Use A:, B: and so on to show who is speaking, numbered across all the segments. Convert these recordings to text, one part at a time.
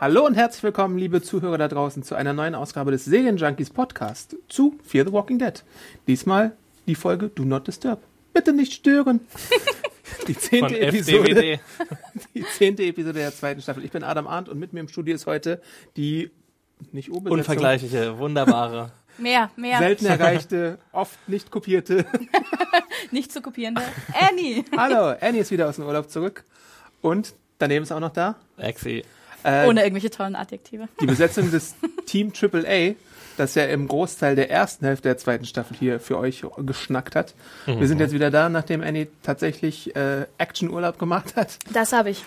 A: Hallo und herzlich willkommen, liebe Zuhörer da draußen, zu einer neuen Ausgabe des Serienjunkies Podcast zu Fear the Walking Dead. Diesmal die Folge Do Not Disturb. Bitte nicht stören. Die
B: Von
A: zehnte, Episode,
B: FDWD.
A: die zehnte Episode der zweiten Staffel. Ich bin Adam Arndt und mit mir im Studio ist heute die nicht oben
B: Unvergleichliche, wunderbare.
C: Mehr, mehr.
A: selten erreichte, oft nicht kopierte.
C: Nicht zu Äh, kopierende. Annie.
A: Hallo, Annie ist wieder aus dem Urlaub zurück. Und daneben ist auch noch da
B: Exi.
A: Äh,
C: Ohne irgendwelche tollen Adjektive.
A: die Besetzung des Team AAA, das ja im Großteil der ersten Hälfte der zweiten Staffel hier für euch geschnackt hat. Wir sind jetzt wieder da, nachdem Annie tatsächlich äh, Action-Urlaub gemacht hat.
C: Das habe ich.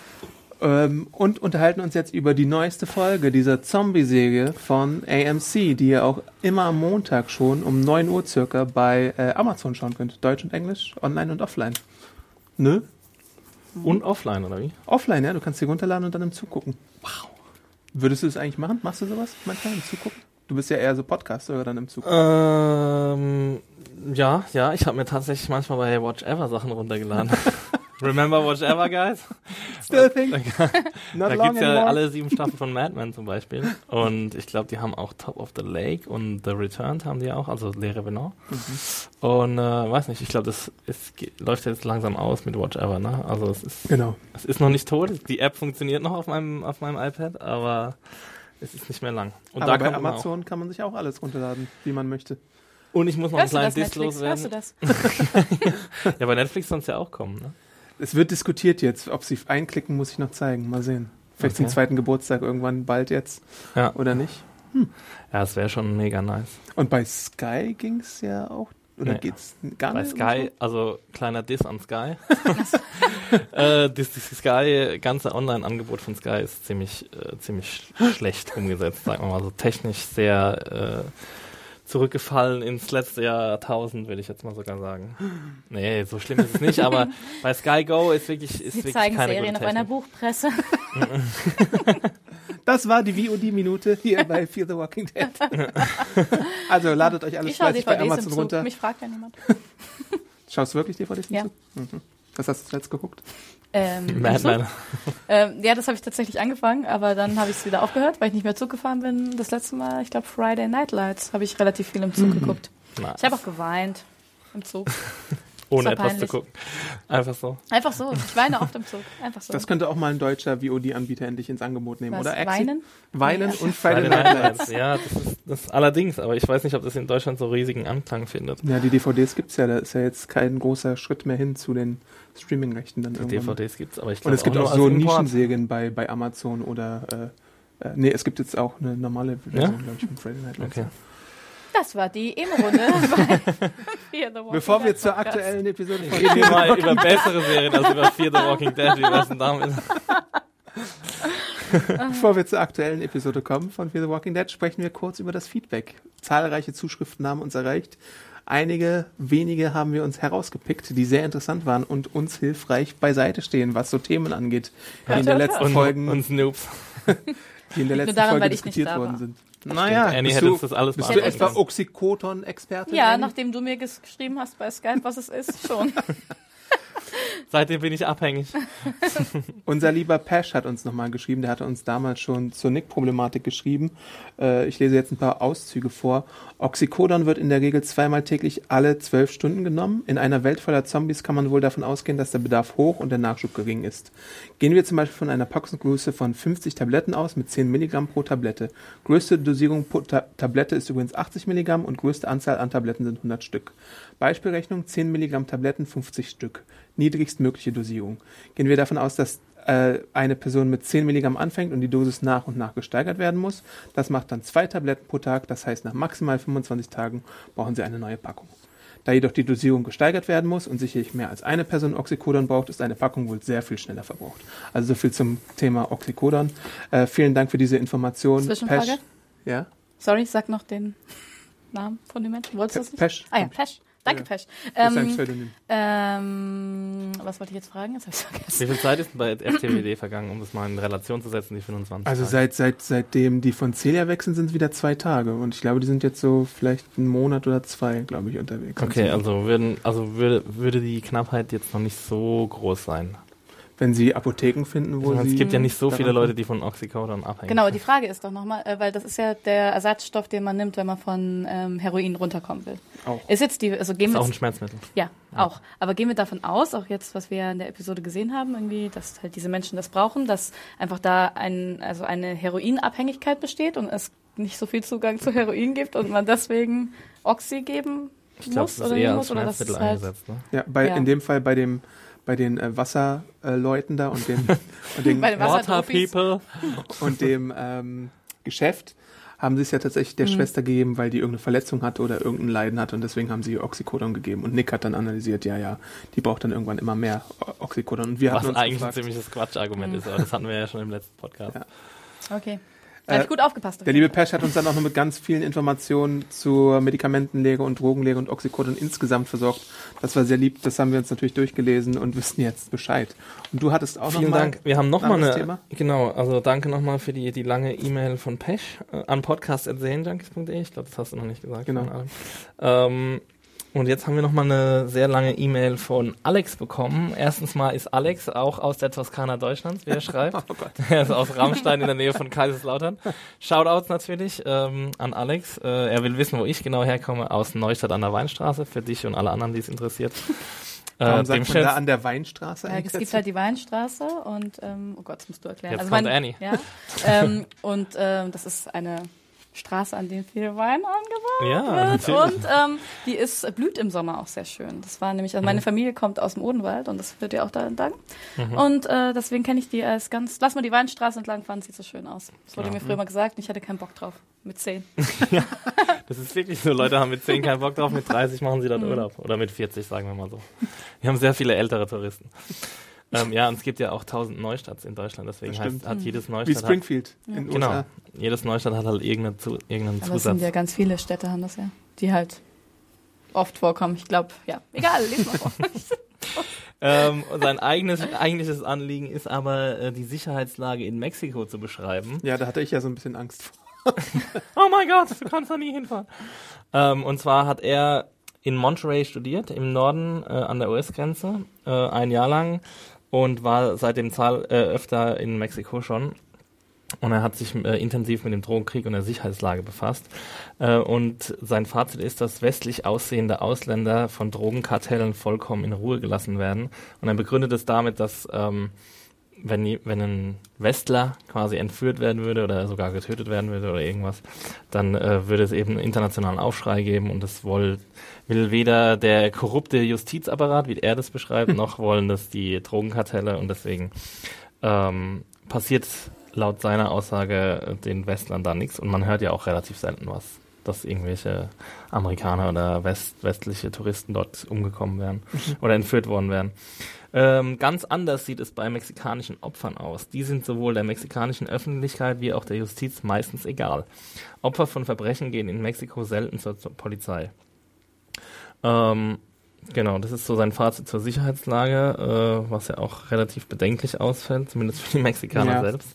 A: Ähm, und unterhalten uns jetzt über die neueste Folge dieser Zombie-Serie von AMC, die ihr auch immer am Montag schon um 9 Uhr circa bei äh, Amazon schauen könnt. Deutsch und Englisch, online und offline. Ne?
B: Und offline, oder wie?
A: Offline, ja. Du kannst sie runterladen und dann im Zug gucken. Wow. Würdest du das eigentlich machen? Machst du sowas manchmal im Zug gucken? Du bist ja eher so Podcaster oder dann im Zug.
B: Ähm, ja, ja, ich habe mir tatsächlich manchmal bei Watch Ever Sachen runtergeladen. Remember Watch Ever, guys?
A: Still think. Not
B: Da gibt's ja genau. alle sieben Staffeln von Mad Men zum Beispiel. Und ich glaube, die haben auch Top of the Lake und The Returned haben die auch, also Les Revenants. Und äh, weiß nicht, ich glaube, das ist, ge- läuft jetzt langsam aus mit Watch Ever, ne? Also es ist,
A: Genau.
B: es ist noch nicht tot. Die App funktioniert noch auf meinem, auf meinem iPad, aber es ist nicht mehr lang. Und
A: Aber bei
B: kommt man auch-
A: Amazon kann man sich auch alles runterladen, wie man möchte.
B: Und ich muss noch einen
C: Hörst du
B: kleinen
C: das,
B: Diss
C: Netflix? Hörst du
B: loswerden.
C: das?
B: Ja, bei Netflix sonst ja auch kommen, ne?
A: Es wird diskutiert jetzt. Ob sie einklicken, muss ich noch zeigen. Mal sehen. Vielleicht zum
B: Okay.
A: zweiten Geburtstag irgendwann bald jetzt
B: Ja,
A: oder nicht.
B: ja das wäre schon mega nice.
A: Und bei Sky ging's ja auch. Oder
B: Nee.
A: geht's gar
B: Bei
A: nicht? um
B: Sky, also kleiner Diss an Sky. äh, das, das Sky, ganze Online-Angebot von Sky ist ziemlich, äh, ziemlich sch- schlecht umgesetzt, sagen wir mal. Also technisch sehr äh, zurückgefallen ins letzte Jahrtausend, will ich jetzt mal sogar sagen. Nee, so schlimm ist es nicht, aber bei Sky Go ist wirklich, ist
C: Sie
B: wirklich
C: zeigen
B: keine
C: Serien
B: gute
C: auf einer
B: Technik.
C: Buchpresse.
A: Das war die VOD-Minute hier bei Fear the Walking Dead. also ladet euch alles
C: Ich schaue
A: fleißig bei
C: DVDs im
A: Amazon
C: Zug.
A: runter.
C: Mich fragt ja niemand.
A: Schaust du wirklich DVDs
C: Ja.
A: hinzu? Mhm. Was hast du zuletzt geguckt?
C: Ähm, im
B: Mad
C: Zug?
B: Men.
C: Ähm, ja, das habe ich tatsächlich angefangen, aber dann habe ich es wieder aufgehört, weil ich nicht mehr Zug gefahren bin. Das letzte Mal, ich glaube, Friday Night Lights habe ich relativ viel im
A: Mhm.
C: Zug geguckt.
B: Nice.
C: Ich habe auch geweint im Zug.
B: Ohne
C: war
B: etwas zu
C: peinlich.
B: gucken. Einfach so.
C: Einfach so. Ich weine oft im Zug. Einfach so.
A: Das könnte auch mal ein deutscher VOD-Anbieter endlich ins Angebot nehmen,
C: Was,
A: oder? Axi?
C: weinen?
A: Weinen
C: Nee.
A: und
B: Bei
A: Friday
B: den
A: Night Lights.
B: Highlights. Ja, das ist, das ist allerdings, aber ich weiß nicht, ob das in Deutschland so riesigen Anklang findet.
A: Ja, die DVDs gibt's ja. Da ist ja jetzt kein großer Schritt mehr hin zu den Streaming-Rechten
B: Äh,
A: dann irgendwann.
B: DVDs gibt's, aber ich
A: Und
B: glaube
A: es gibt auch,
B: nur
A: so
B: als Import.
A: Nischenserien bei, bei Amazon oder äh, äh, nee, es gibt jetzt auch eine normale Version, glaube ich, von Friday Night Lights.
B: Okay.
C: Das war die Emo-Runde. bei Fear the Walking
A: Bevor wir
C: Dead
A: zur
C: Podcast.
A: aktuellen Episode von
B: Reden wir mal über bessere Serien als über Fear the Walking Dead. Wie wär's denn damit?
A: Bevor wir zur aktuellen Episode kommen von Fear the Walking Dead, sprechen wir kurz über das Feedback. Zahlreiche Zuschriften haben uns erreicht. Einige wenige haben wir uns herausgepickt, die sehr interessant waren und uns hilfreich beiseite stehen, was so Themen angeht, die in der letzten
B: Und,
A: Folgen,
B: und Snoops.
A: die in der letzten
C: daran,
A: Folge
C: weil ich nicht
A: diskutiert
C: da war.
A: worden sind. Naja,
B: Annie
A: bist
B: hätte
A: du,
B: uns das alles
A: bist du
B: beantworten
A: etwa
B: können.
A: Oxycoton-Experte?
C: Ja,
A: Annie?
C: nachdem du mir ges- geschrieben hast bei Skype, was es ist, schon.
B: Seitdem bin ich abhängig.
A: Unser lieber Pesch hat uns nochmal geschrieben, der hatte uns damals schon zur Nick-Problematik geschrieben. Äh, ich lese jetzt ein paar Auszüge vor. Oxycodon wird in der Regel zweimal täglich alle zwölf Stunden genommen. In einer Welt voller Zombies kann man wohl davon ausgehen, dass der Bedarf hoch und der Nachschub gering ist. Gehen wir zum Beispiel von einer Packungsgröße von 50 Tabletten aus mit 10 Milligramm pro Tablette. Größte Dosierung pro Ta Tablette ist übrigens 80 Milligramm und größte Anzahl an Tabletten sind 100 Stück. Beispielrechnung 10 Milligramm Tabletten 50 Stück. Niedrigstmögliche Dosierung. Gehen wir davon aus, dass äh, eine Person mit 10 Milligramm anfängt und die Dosis nach und nach gesteigert werden muss. Das macht dann zwei Tabletten pro Tag. Das heißt, nach maximal 25 Tagen brauchen Sie eine neue Packung. Da jedoch die Dosierung gesteigert werden muss und sicherlich mehr als eine Person Oxycodon braucht, ist eine Packung wohl sehr viel schneller verbraucht. Also so viel zum Thema Oxycodon. Äh, vielen Dank für diese Information.
C: Zwischenfrage?
A: Pesch. Ja?
C: Sorry, sag noch den Namen von dem Menschen. Wolltest du das nicht?
A: Pesch.
C: Ah ja, Pesch. Danke,
A: Ja.
C: Pesch.
A: Das ist ein
C: Ähm,
A: Pseudonym.
C: ähm, was wollte ich jetzt fragen? Jetzt habe ich vergessen.
B: Wie viel Zeit ist denn bei FTWD vergangen, um das mal in Relation zu setzen, die 25?
A: Also
B: Tage?
A: seit, seit, seitdem die von Celia wechseln, sind es wieder zwei Tage. Und ich glaube, die sind jetzt so vielleicht einen Monat oder zwei, glaube ich, unterwegs.
B: Okay, also, würden, also würde, würde die Knappheit jetzt noch nicht so groß sein.
A: Wenn sie Apotheken finden,
B: Ich
A: wo
B: meine,
A: sie...
B: Also es gibt ja nicht so viele
A: daran-
B: Leute, die von Oxycodon abhängen.
C: Genau, die Frage ist doch nochmal, äh, weil das ist ja der Ersatzstoff, den man nimmt, wenn man von ähm, Heroin runterkommen will.
A: Auch.
C: Ist jetzt die, also gehen
B: Ist
C: wir
B: auch ein
C: jetzt,
B: Schmerzmittel.
C: ja, auch. Aber gehen wir davon aus, auch jetzt, was wir in der Episode gesehen haben, irgendwie, dass halt diese Menschen das brauchen, dass einfach da ein, also eine Heroinabhängigkeit besteht und es nicht so viel Zugang zu Heroin gibt und man deswegen Oxy geben
B: Ich glaube,
C: muss
B: es ist
C: oder nicht
B: eher als
C: muss oder das
B: Schmerzmittel
C: ist halt,
B: eingesetzt. Ne?
A: Ja, bei,
C: Ja.
A: in dem Fall bei dem bei den äh, Wasserleuten äh, Leuten da und dem und dem,
C: Bei den
B: Water
C: Wassertrophies.
B: People.
A: und dem ähm, Geschäft haben sie es ja tatsächlich der Schwester gegeben, weil die irgendeine Verletzung hatte oder irgendein Leiden hatte und deswegen haben sie ihr Oxycodon gegeben. Und Nick hat dann analysiert, ja, ja, die braucht dann irgendwann immer mehr O- Oxycodon. Und wir
B: Was
A: hatten uns
B: eigentlich ein
A: gefragt,
B: ziemliches Quatschargument ist, aber das hatten wir ja schon im letzten Podcast.
A: Ja.
C: Okay. Da hab
A: Äh,
C: ich gut aufgepasst.
A: Der liebe Pesch hat uns dann auch noch mit ganz vielen Informationen zur Medikamentenlege und Drogenlege und Oxycodon insgesamt versorgt. Das war sehr lieb, das haben wir uns natürlich durchgelesen und wissen jetzt Bescheid. Und du hattest auch noch
B: Vielen
A: mal
B: Dank. Wir haben nochmal
A: anderes
B: eine.
A: Thema?
B: Genau, also danke nochmal für die, die lange E-Mail von Pesch äh, an podcast.serienjunkies.de. Ich glaube, das hast du noch nicht gesagt.
A: Genau.
B: von allem. Ähm, und jetzt haben wir nochmal eine sehr lange E-Mail von Alex bekommen. Erstens mal ist Alex auch aus der Toskana Deutschlands, wie er schreibt.
A: Oh
B: Er ist aus Rammstein in der Nähe von Kaiserslautern. Shoutouts natürlich ähm, an Alex. Äh, er will wissen, wo ich genau herkomme, aus Neustadt an der Weinstraße, für dich und alle anderen, die es interessiert.
A: Warum
B: Äh, dem
A: sagt man da
B: Chef,
A: an der Weinstraße
C: Ja,
A: eigentlich
C: es gibt
A: dazu?
C: halt die Weinstraße und, ähm, oh Gott, das musst du erklären.
B: Jetzt kommt
C: mein-
B: Annie.
C: Ja, ähm, und ähm, das ist eine Straße, an der viel Wein angebaut
B: ja,
C: wird.
B: natürlich.
C: Und ähm, die ist, blüht im Sommer auch sehr schön. Das war nämlich, also meine
B: Mhm.
C: Familie kommt aus dem Odenwald und das wird ihr auch da entlang. Und äh, deswegen kenne ich die als ganz, lass mal die Weinstraße entlang fahren, sieht so schön aus. Das wurde
B: Ja.
C: mir früher mal gesagt und ich hatte keinen Bock drauf. Mit zehn.
B: Das ist wirklich so, Leute haben mit 10 keinen Bock drauf, mit 30 machen sie
C: Mhm.
B: dann Urlaub. Oder mit 40, sagen wir mal so. Wir haben sehr viele ältere Touristen. Ähm, ja, und es gibt ja auch 1000 Neustarts in Deutschland, deswegen
A: Das
B: heißt,
A: stimmt.
B: hat jedes
A: Wie
B: Neustadt. Hat,
A: Springfield in den
B: genau.
A: USA.
B: Jedes Neustadt hat halt irgendeine Zu, irgendeinen
C: Aber es sind ja
B: Zusatz.
C: ganz viele Städte, haben das ja, die halt oft vorkommen. Ich glaube, ja. Egal, lesen wir vor.
B: Ähm, und sein eigenes, eigentliches Anliegen ist aber, äh, die Sicherheitslage in Mexiko zu beschreiben.
A: Ja, da hatte ich ja so ein bisschen Angst vor.
B: Oh mein Gott, du kannst da nie hinfahren. Ähm, und zwar hat er in Monterey studiert, im Norden äh, an der US-Grenze, äh, ein Jahr lang und war seitdem zahl äh, öfter in Mexiko schon. Und er hat sich äh, intensiv mit dem Drogenkrieg und der Sicherheitslage befasst. Äh, und sein Fazit ist, dass westlich aussehende Ausländer von Drogenkartellen vollkommen in Ruhe gelassen werden. Und er begründet es damit, dass ähm, wenn, je- wenn ein Westler quasi entführt werden würde oder sogar getötet werden würde oder irgendwas, dann äh, würde es eben einen internationalen Aufschrei geben und das woll, will weder der korrupte Justizapparat, wie er das beschreibt, noch wollen das die Drogenkartelle und deswegen ähm, passiert laut seiner Aussage äh, den Westlern da nichts und man hört ja auch relativ selten was, dass irgendwelche Amerikaner oder West, westliche Touristen dort umgekommen wären oder entführt worden wären. Ähm, ganz anders sieht es bei mexikanischen Opfern aus. Die sind sowohl der mexikanischen Öffentlichkeit wie auch der Justiz meistens egal. Opfer von Verbrechen gehen in Mexiko selten zur, zur Polizei. Ähm, genau, das ist so sein Fazit zur Sicherheitslage, äh, was ja auch relativ bedenklich ausfällt, zumindest für die Mexikaner
A: Ja.
B: selbst.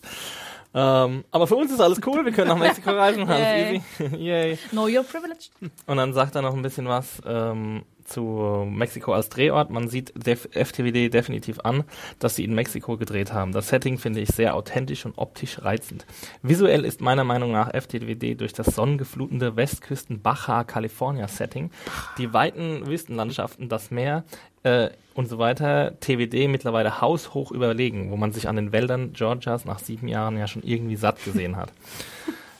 B: Ähm, aber für uns ist alles cool, wir können nach Mexiko reisen, alles easy. Yay.
C: Know your privilege.
B: Und dann sagt er noch ein bisschen was ähm, zu Mexiko als Drehort. Man sieht def FTWD definitiv an, dass sie in Mexiko gedreht haben. Das Setting finde ich sehr authentisch und optisch reizend. Visuell ist meiner Meinung nach FTWD durch das sonnengeflutende Westküsten Baja California Setting, die weiten Wüstenlandschaften, das Meer äh, und so weiter, TWD mittlerweile haushoch überlegen, wo man sich an den Wäldern Georgias nach sieben Jahren ja schon irgendwie satt gesehen hat.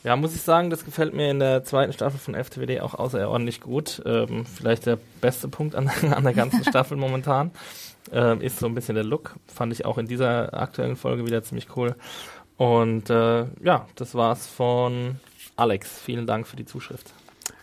B: Ja, muss ich sagen, das gefällt mir in der zweiten Staffel von FTWD auch außerordentlich gut. Ähm, vielleicht der beste Punkt an, an der ganzen Staffel momentan ähm, ist so ein bisschen der Look. Fand ich auch in dieser aktuellen Folge wieder ziemlich cool. Und äh, ja, das war's von Alex. Vielen Dank für die Zuschrift.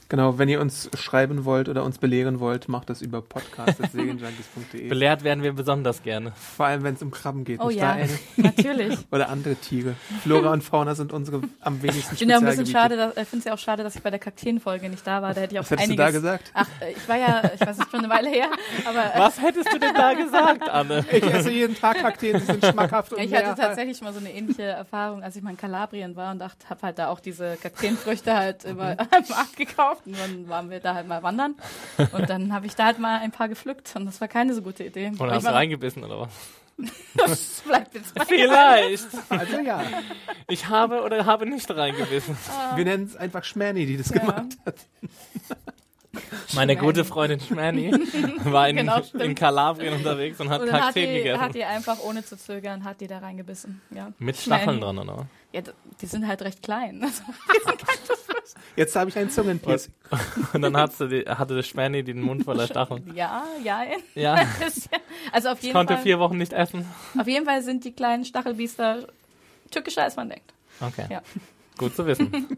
A: Genau, wenn ihr uns schreiben wollt oder uns belehren wollt, macht das über podcast.segenjunkies.de.
B: Belehrt werden wir besonders gerne.
A: Vor allem, wenn es um Krabben geht.
C: Oh
A: nicht
C: ja,
A: wahr, Anne?
C: natürlich.
A: Oder andere Tiere. Flora und Fauna sind unsere am wenigsten
C: Ich bin ja ein bisschen
A: Spezialgebiete.
C: schade, dass- äh, finde es ja auch schade, dass ich bei der Kakteen-Folge nicht da war. Da hätte ich auch
A: Was hättest du
C: einiges.
A: da gesagt?
C: Ach, äh, ich war ja, ich weiß nicht, schon eine Weile her, aber äh,
B: Was hättest du denn da gesagt, Anne?
A: Ich esse jeden Tag Kakteen, sie sind schmackhaft und
C: ich
A: mehr.
C: hatte tatsächlich mal so eine ähnliche Erfahrung, als ich mal in Kalabrien war und dachte, habe halt da auch diese Kakteenfrüchte halt
B: Mhm.
C: über am Markt gekauft und dann waren wir da halt mal wandern und dann habe ich da halt mal ein paar gepflückt und das war keine so gute Idee.
B: Oder
C: Aber ich
B: hast du
C: war-
B: reingebissen oder was?
C: das bleibt jetzt bei
B: Vielleicht.
A: Also ja,
B: Ich habe oder habe nicht reingebissen.
A: wir nennen es einfach Schmanny, die das gemacht hat.
B: Meine gute Freundin Schmanny war in,
C: Genau, stimmt.
B: in Kalabrien unterwegs und hat
C: Und dann hat
B: Kakteen
C: die, hat
B: gegessen.
C: die einfach ohne zu zögern, hat die da reingebissen. Ja.
B: Mit Stacheln
C: Nein.
B: dran, oder?
C: Ja, d- die sind halt recht klein.
A: Jetzt habe ich ein Zungenpiercing.
B: Und dann hat sie die, hatte Schmanny den Mund voller Stacheln.
C: ja, ja.
B: Ja,
C: Also auf jeden
B: konnte
C: Fall.
B: vier Wochen nicht essen.
C: Auf jeden Fall sind die kleinen Stachelbiester tückischer, als man denkt.
B: Okay.
C: Ja.
B: Gut zu wissen.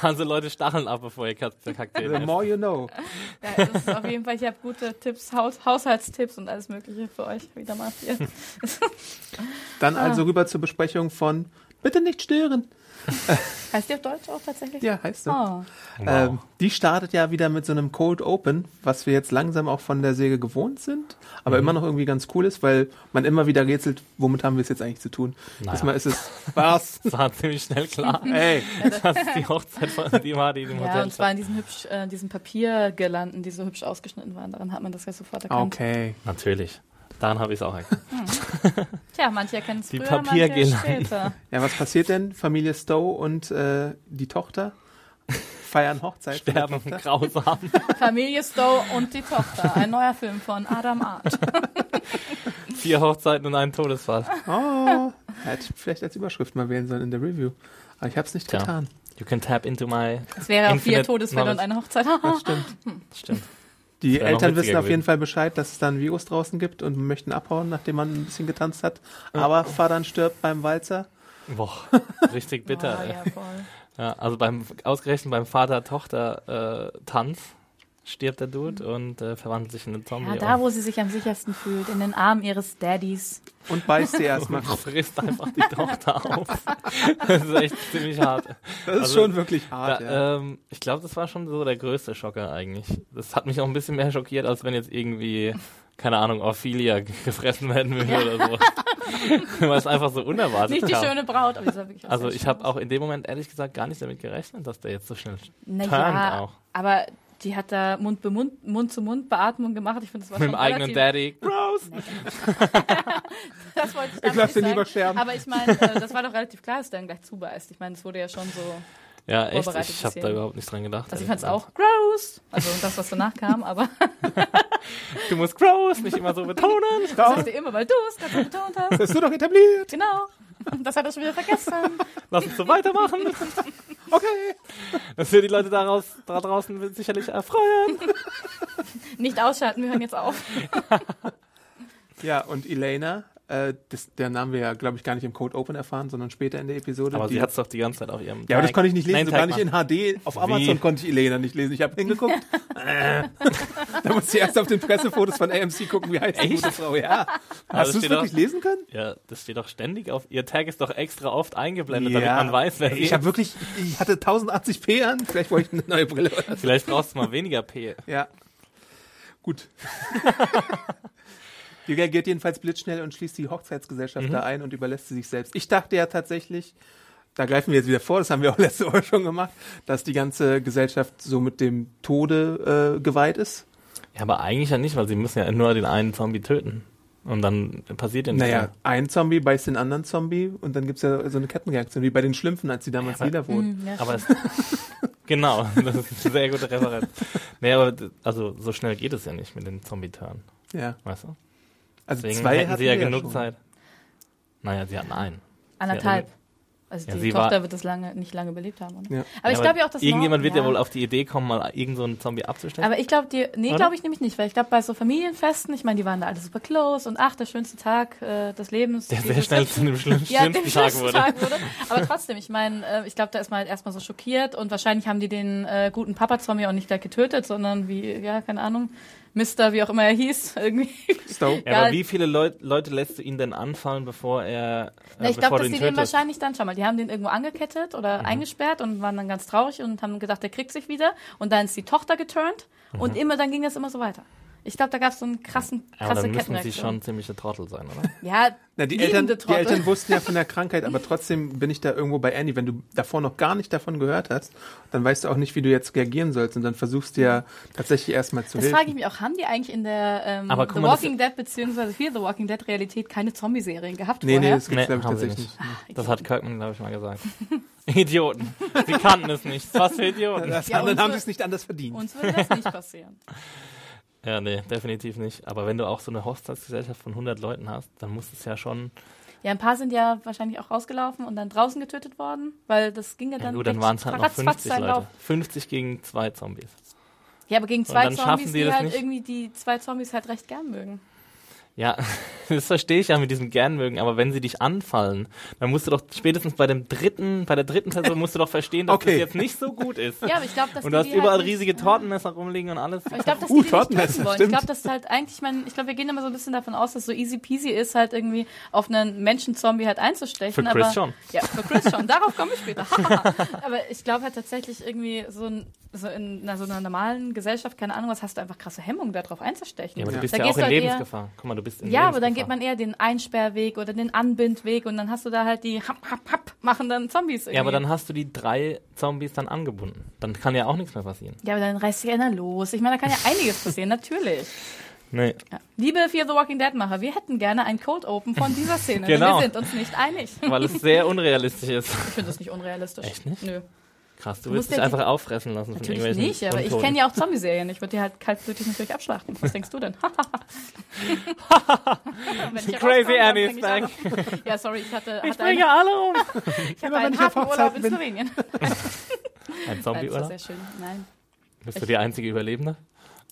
B: Also Leute, Stacheln ab, bevor ihr Kat- Kakteen
A: The
B: esst.
A: more you know.
C: Ja, das ist auf jeden Fall, ich habe gute Tipps, Haus Haushaltstipps und alles Mögliche für euch wieder mal hier.
A: Dann
C: Ah.
A: also rüber zur Besprechung von Bitte nicht stören.
C: Heißt die auf Deutsch auch tatsächlich?
A: Ja, heißt so.
C: Oh,
A: Ähm, die startet ja wieder mit so einem Cold Open, was wir jetzt langsam auch von der Säge gewohnt sind, aber immer noch irgendwie ganz cool ist, weil man immer wieder rätselt, womit haben wir es jetzt eigentlich zu tun.
B: Naja.
A: Diesmal ist es was?
B: Das war ziemlich schnell klar.
A: Ey,
B: Das ist die Hochzeit von die war, die im
C: ja,
B: Hotel
C: und zwar in diesen hübsch, äh, diesen Papiergirlanden, die so hübsch ausgeschnitten waren. Daran hat man das ja sofort erkannt.
A: Ah, okay.
B: Natürlich. Daran habe ich es auch erkannt.
C: Tja, manche erkennen es
B: Die
C: früher, manche
B: Papiergirlanden.
C: später.
A: Ja, was passiert denn? Familie Stowe und äh, die Tochter feiern Hochzeit.
B: Sterben grausam.
C: Familie Stowe und die Tochter. Ein neuer Film von Adam Art.
B: Vier Hochzeiten und einen Todesfall.
A: Oh, hätte ich vielleicht als Überschrift mal wählen sollen in der Review. Aber ich habe es nicht
B: Tja.
A: getan.
B: You can tap into my.
C: Es wäre auch vier
B: Infinite
C: Todesfälle und
B: Knowledge.
C: eine Hochzeit.
A: Stimmt.
B: Stimmt.
A: Die
B: Wäre noch
A: Eltern
B: witziger
A: wissen auf jeden
B: gewesen.
A: Fall Bescheid, dass es da ein Virus draußen gibt und möchten abhauen, nachdem man ein bisschen getanzt hat. Aber Vater stirbt beim Walzer.
B: Boah, richtig bitter.
C: Ah,
B: ey.
C: ja, voll.
B: Ja, also beim ausgerechnet beim Vater-Tochter-Tanz stirbt der Dude und äh, verwandelt sich in einen Zombie.
C: Mhm. Ja, da
B: und
C: wo sie sich am sichersten fühlt, in den Armen ihres Daddys.
A: Und beißt sie erstmal.
B: frisst einfach die Tochter auf. das ist echt ziemlich hart.
A: Das ist
B: Also,
A: schon wirklich hart,
B: da,
A: ja.
B: ähm, ich glaube, das war schon so der größte Schocker eigentlich. Das hat mich auch ein bisschen mehr schockiert, als wenn jetzt irgendwie, keine Ahnung, Ophelia ge- gefressen werden würde oder so. Weil es einfach so unerwartet
C: Nicht die
B: kam.
C: schöne Braut, aber die sah wirklich aus
B: Genau. also
C: wie
B: ich habe auch in dem Moment ehrlich gesagt gar nicht damit gerechnet, dass der jetzt so schnell turnt
C: naja,
B: auch.
C: aber die hat da Mund zu Mund, Mund zu Mund Beatmung gemacht. Ich finde das war
B: Mit
C: schon
B: dem eigenen
C: relativ-
B: Daddy.
C: Das wollte ich,
A: Ich lass
C: damit nicht
A: den lieber
C: sagen.
A: sterben.
C: Aber ich meine, äh, das war doch relativ klar, dass der dann gleich zubeißt. Ich meine, es wurde ja schon so,
B: Ja, echt,
C: Vorbereitet
B: ich habe da
C: bisschen.
B: überhaupt nicht dran gedacht.
C: also ich
B: ehrlich
C: fand es
B: gesagt.
C: auch gross. Also das, was danach kam, aber
B: Du musst gross, nicht immer so betonen.
C: das hast du immer, weil du es gerade betont hast.
A: Das ist nur doch etabliert.
C: Genau. Das hat er schon wieder vergessen.
B: Lass uns so weitermachen.
A: Okay.
B: Das werden die Leute daraus, da draußen sicherlich erfreuen.
C: Nicht ausschalten, wir hören jetzt auf.
A: Ja, und Elena, äh, das, der Namen wir ja, glaube ich, gar nicht im Code Open erfahren, sondern später in der Episode.
B: Aber
A: die,
B: sie hat's doch die ganze Zeit auf ihrem
A: ja, aber das konnte ich nicht lesen,
B: Nein,
A: so
B: Tag
A: gar nicht
B: machen.
A: in HD. Auf Amazon konnte ich Elena nicht lesen. Ich habe hingeguckt. Äh. da musste ich erst auf den Pressefotos von AMC gucken, wie heißt die gute Frau. Ja. Hast du es
B: Also steht auch-
A: wirklich lesen können?
B: Ja, das steht doch ständig auf. Ihr Tag ist doch extra oft eingeblendet, damit
A: Ja.
B: man weiß, wer
A: Ey,
B: sie
A: Ich habe
B: ist.
A: wirklich, ich hatte 1080p an. Vielleicht wollte ich eine neue Brille oder so.
B: Vielleicht brauchst du mal weniger P.
A: Ja. Gut. Die reagiert jedenfalls blitzschnell und schließt die Hochzeitsgesellschaft
B: Mhm.
A: da ein und überlässt sie sich selbst. Ich dachte ja tatsächlich, da greifen wir jetzt wieder vor, das haben wir auch letzte Woche schon gemacht, dass die ganze Gesellschaft so mit dem Tode äh, geweiht ist.
B: Ja, aber eigentlich ja nicht, weil sie müssen ja nur den einen Zombie töten. Und dann passiert ja nichts.
A: Naja,
B: mehr.
A: ein Zombie beißt den anderen Zombie und dann gibt's ja so eine Kettenreaktion, wie bei den Schlümpfen, als sie damals
B: Ja, aber-
A: nieder wurden.
C: Ja,
B: Aber es, genau, das ist eine sehr gute Referenz. Naja, aber d- also so schnell geht es ja nicht mit den Zombie-Turn,
A: Ja.
B: weißt du?
A: Also
B: Deswegen
A: zwei
B: hätten
A: hatten
B: sie ja
A: wir
B: genug
A: schon.
B: Zeit. Naja, sie hatten einen.
C: Anderthalb. Also
B: Ja,
C: die
B: sie war-
C: Tochter wird das lange, nicht lange überlebt haben, oder?
A: Ja.
C: Aber ich glaube ja auch, dass
B: Irgendjemand wird ja.
C: Nor-
B: wohl auf die Idee kommen, mal irgendeinen so einen Zombie abzustellen.
C: Aber ich glaube dir, nee,
B: Oder?
C: glaube ich nämlich nicht, weil ich glaube bei so Familienfesten, ich meine, die waren da alle super close und ach, der schönste Tag äh, des Lebens.
B: der sehr
C: dieses
B: schnell
C: Treffen.
B: zu dem schlimm,
C: ja,
B: schlimmsten
C: dem
B: Tag
C: schlimmsten
B: wurde.
C: Tag wurde. Aber trotzdem, ich meine, äh, ich glaube, da ist man halt erstmal so schockiert und wahrscheinlich haben die den äh, guten Papa-Zombie auch nicht gleich getötet, sondern wie, ja, keine Ahnung, Mister, wie auch immer er hieß, irgendwie.
A: Stowe.
B: Ja, aber
C: Ja.
B: wie viele Leut, Leute lässt du ihn denn anfallen, bevor er. Äh,
C: Na, ich glaube,
B: bevor
C: dass
B: du ihn
C: die den
B: tötest? Mhm.
C: wahrscheinlich dann, schau mal, die haben den irgendwo angekettet oder eingesperrt und waren dann ganz traurig und haben gedacht, der kriegt sich wieder. Und dann ist die Tochter geturnt und immer, dann ging das immer so weiter. Ich glaube, da gab es so einen krassen,
B: Mhm. Aber
C: krasse
B: dann müssen sie
C: Kettenreaktion.
B: schon ziemliche Trottel sein, oder?
C: Ja,
A: Na, die,
C: liebende
A: Eltern, die
C: Trottel.
A: Eltern wussten ja von der Krankheit, aber trotzdem bin ich da irgendwo bei Andy. Wenn du davor noch gar nicht davon gehört hast, dann weißt du auch nicht, wie du jetzt reagieren sollst und dann versuchst du ja tatsächlich erstmal zu
C: Mhm. Das
A: helfen.
C: frage ich mich auch, haben die eigentlich in der ähm,
B: Aber guck
C: The
B: mal, das-
C: Walking Dead bzw. Fear the Walking Dead Realität keine Zombie-Serien gehabt
A: nee, nee,
C: vorher?
A: das gibt's
B: Nee,
A: glaube ich
B: haben sie
A: tatsächlich
C: Ah,
A: nicht.
B: Das hat Kirkman, glaube ich, mal gesagt. Idioten. Sie kannten es nicht. Was für Idioten.
A: Das
C: Ja,
A: anderen
C: unsere-
A: haben sie es nicht anders verdient.
C: Uns würde das nicht passieren.
B: Ja, nee, definitiv nicht. Aber wenn du auch so eine Hochzeitsgesellschaft von 100 Leuten hast, dann muss es ja schon.
C: Ja, ein paar sind ja wahrscheinlich auch rausgelaufen und dann draußen getötet worden, weil das ging ja
B: Ja,
C: dann.
B: gut, dann
C: echt
B: waren es halt noch
C: ratzfatz
B: 50
C: seinen
B: Leute.
C: Lauf.
B: 50 gegen zwei Zombies.
C: Ja, aber gegen
B: Und
C: zwei
B: dann schaffen
C: Zombies,
B: die
C: die
B: das
C: halt
B: nicht.
C: irgendwie die zwei Zombies halt recht gern mögen.
B: Ja, das verstehe ich ja mit diesem gern mögen, aber wenn sie dich anfallen, dann musst du doch spätestens bei dem dritten, bei der dritten Person musst du doch verstehen, dass
A: Okay.
B: das jetzt nicht so gut ist.
C: Ja, aber ich glaube, dass
B: Und
C: die
B: du hast
C: die
B: überall
C: halt nicht-
B: riesige Tortenmesser rumliegen und alles.
C: Aber ich glaube, dass
A: Uh,
C: die die nicht
A: Tortenmesser,
C: töten wollen. Ich
A: stimmt.
C: glaube, das ist halt eigentlich, ich meine, ich glaube, wir gehen immer so ein bisschen davon aus, dass so easy peasy ist, halt irgendwie auf einen Menschen-Zombie halt einzustechen.
B: Für Chris
C: aber,
B: schon.
C: Ja, für Chris schon. Darauf komme ich später. aber ich glaube halt tatsächlich irgendwie so, ein, so in einer, so einer normalen Gesellschaft, keine Ahnung, was hast du einfach krasse Hemmung, darauf einzustechen.
B: Ja, aber du
A: Ja.
B: bist
C: Da
B: ja
C: gehst
B: auch in
C: du halt eher-
B: Lebensgefahr. Guck mal, du bist in
C: Ja, aber
B: Lebensgefahr.
C: dann geht man eher den Einsperrweg oder den Anbindweg und dann hast du da halt die hap, hap, hap, machen dann Zombies irgendwie.
B: Ja, aber dann hast du die drei Zombies dann angebunden. Dann kann ja auch nichts mehr passieren.
C: Ja, aber dann reißt sich einer los. Ich meine, da kann ja einiges passieren, natürlich.
B: Nee.
C: Ja. Liebe Fear the Walking Dead-Macher, wir hätten gerne ein Cold Open von dieser Szene. denn
B: Genau.
C: Wir sind uns nicht einig. Ich
B: Weil es sehr unrealistisch ist.
C: finde das nicht unrealistisch.
B: Echt nicht?
C: Nö.
B: Krass, du
C: Du
B: willst
C: musst
B: dich
C: ja die-
B: einfach auffressen lassen von
C: Natürlich
B: irgendwelchen
C: nicht, aber ich kenne ja auch Zombie-Serien. Ich würde die halt kaltblütig natürlich abschlachten. Was denkst du denn? Wenn ich hier
B: Crazy
C: rauskomme, dann
B: Annie
C: bring
B: ist
C: ich alle-
B: back.
C: Ja, sorry, ich hatte,
B: Ich
C: hatte
B: bringe
C: einen,
B: alle um.
C: ich hatte einen
A: ich auf
C: harten Urlaub
A: Hochzeiten
C: in
A: bin.
C: Slowenien.
B: Ein
C: Nein,
B: Zombie,
C: das war
B: oder?
C: sehr schön. Nein,
B: Bist du die einzige Überlebende?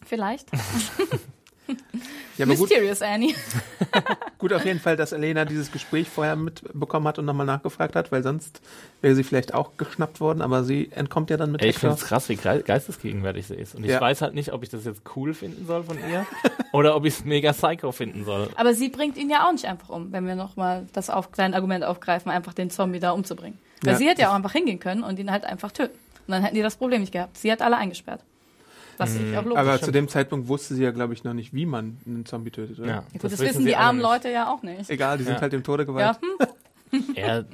C: vielleicht.
A: Ja, aber gut,
C: Mysterious Annie.
A: gut auf jeden Fall, dass Elena dieses Gespräch vorher mitbekommen hat und nochmal nachgefragt hat, weil sonst wäre sie vielleicht auch geschnappt worden, aber sie entkommt ja dann mit
B: Ey, ich
A: Hector.
B: finde es krass, wie grei- geistesgegenwärtig sie ist. Und ich
A: Ja.
B: weiß halt nicht, ob ich das jetzt cool finden soll von ihr oder ob ich es mega psycho finden soll.
C: Aber sie bringt ihn ja auch nicht einfach um, wenn wir nochmal das auf, kleine Argument aufgreifen, einfach den Zombie da umzubringen. Weil
A: Ja.
C: sie hätte ja auch einfach hingehen können und ihn halt einfach töten. Und dann hätten die das Problem nicht gehabt. Sie hat alle eingesperrt. Was
B: Mhm.
C: ich auch logisch
A: Aber
C: finde.
A: zu dem Zeitpunkt wusste sie ja, glaube ich, noch nicht, wie man einen Zombie tötet, oder?
B: Ja,
C: Gut, das, wissen
B: sie
C: die
B: alle
C: armen
B: nicht.
C: Leute ja auch nicht.
A: Egal, die sind
B: Ja.
A: halt dem Tode
C: Ja,
A: geweiht.
C: hm,
B: Ja,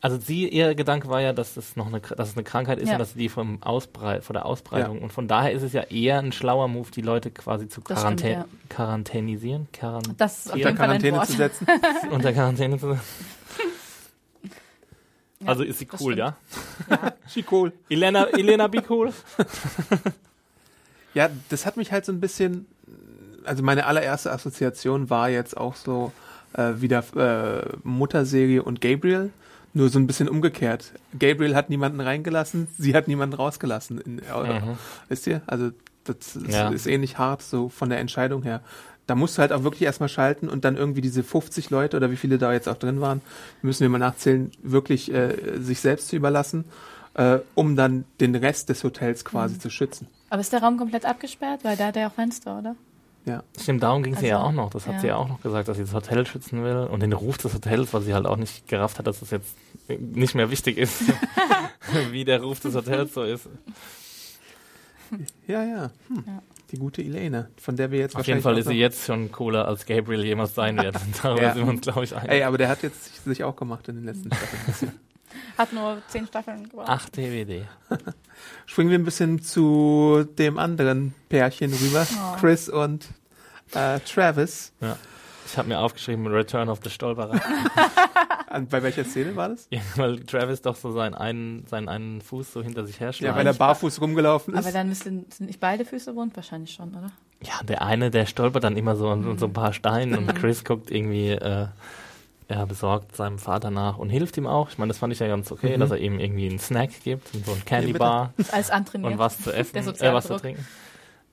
B: also sie, ihr Gedanke war ja, dass es noch eine, Kr- dass es eine Krankheit ist
C: Ja.
B: und dass die vom Ausbrei vor der Ausbreitung und von daher ist es ja eher ein schlauer Move, die Leute quasi zu
C: Das stimmt,
B: Quarantän
C: ja.
B: quarantänisieren, Quarant
C: das ist auf
A: Unter
C: jeden Fall ein
A: Quarantäne
C: Wort.
A: zu setzen.
B: unter Quarantäne zu
C: Ja,
B: Also ist sie
C: das
B: cool,
C: stimmt.
B: ja?
A: Schicol.
B: Elena, Elena be cool.
A: Ja, das hat mich halt so ein bisschen, also meine allererste Assoziation war jetzt auch so äh, wieder äh, Mutterserie und Gabriel, nur so ein bisschen umgekehrt. Gabriel hat niemanden reingelassen, sie hat niemanden rausgelassen. In, äh, Wisst ihr? Also das ist,
B: Ja.
A: ist ähnlich hart, so von der Entscheidung her. Da musst du halt auch wirklich erstmal schalten und dann irgendwie diese 50 Leute oder wie viele da jetzt auch drin waren, müssen wir mal nachzählen, wirklich äh, sich selbst zu überlassen, äh, um dann den Rest des Hotels quasi zu schützen.
C: Aber ist der Raum komplett abgesperrt? Weil da hat er ja auch Fenster, oder?
A: Ja.
B: Stimmt, darum ging es ihr ja
C: Also,
B: auch noch. Das hat
C: ja.
B: sie ja auch noch gesagt, dass sie das Hotel schützen will und den Ruf des Hotels, weil sie halt auch nicht gerafft hat, dass es jetzt nicht mehr wichtig ist, wie der Ruf des Hotels so ist.
A: Ja, ja. Hm.
C: Ja.
A: Die gute Elena, von der wir jetzt
B: Auf jeden
A: wahrscheinlich
B: Fall
A: auch
B: ist sie
A: noch-
B: jetzt schon cooler, als Gabriel jemals sein wird. Darüber
A: Ja.
B: sind wir uns, glaube ich, einig.
A: Ey, aber der hat jetzt sich auch gemacht in den
B: Mhm.
A: letzten Staffeln.
C: Hat nur zehn Staffeln gebraucht.
B: 8 DVD.
A: Springen wir ein bisschen zu dem anderen Pärchen rüber,
C: Oh.
A: Chris und äh, Travis.
B: Ich habe mir aufgeschrieben, Return of the Stolperer.
A: An, bei welcher Szene war das?
B: ja, weil Travis doch so seinen einen, seinen einen Fuß so hinter sich
A: Ja,
B: herschlägt.
A: weil er barfuß rumgelaufen
C: Aber
A: ist.
C: dann müssen, sind nicht beide Füße wund? Wahrscheinlich schon, oder? Mhm.
B: Ja, der eine, der stolpert dann immer so an so ein paar Steinen und Chris guckt irgendwie äh, er besorgt seinem Vater nach und hilft ihm auch. Ich meine, das fand ich ja ganz okay,
A: Mhm.
B: dass er ihm irgendwie einen Snack gibt, so einen
A: Nee,
B: Candy
A: bitte.
B: Bar
C: Als antrainiert.
B: und was zu essen,
C: Der
B: äh,
C: Sozialdruck.
B: was zu trinken.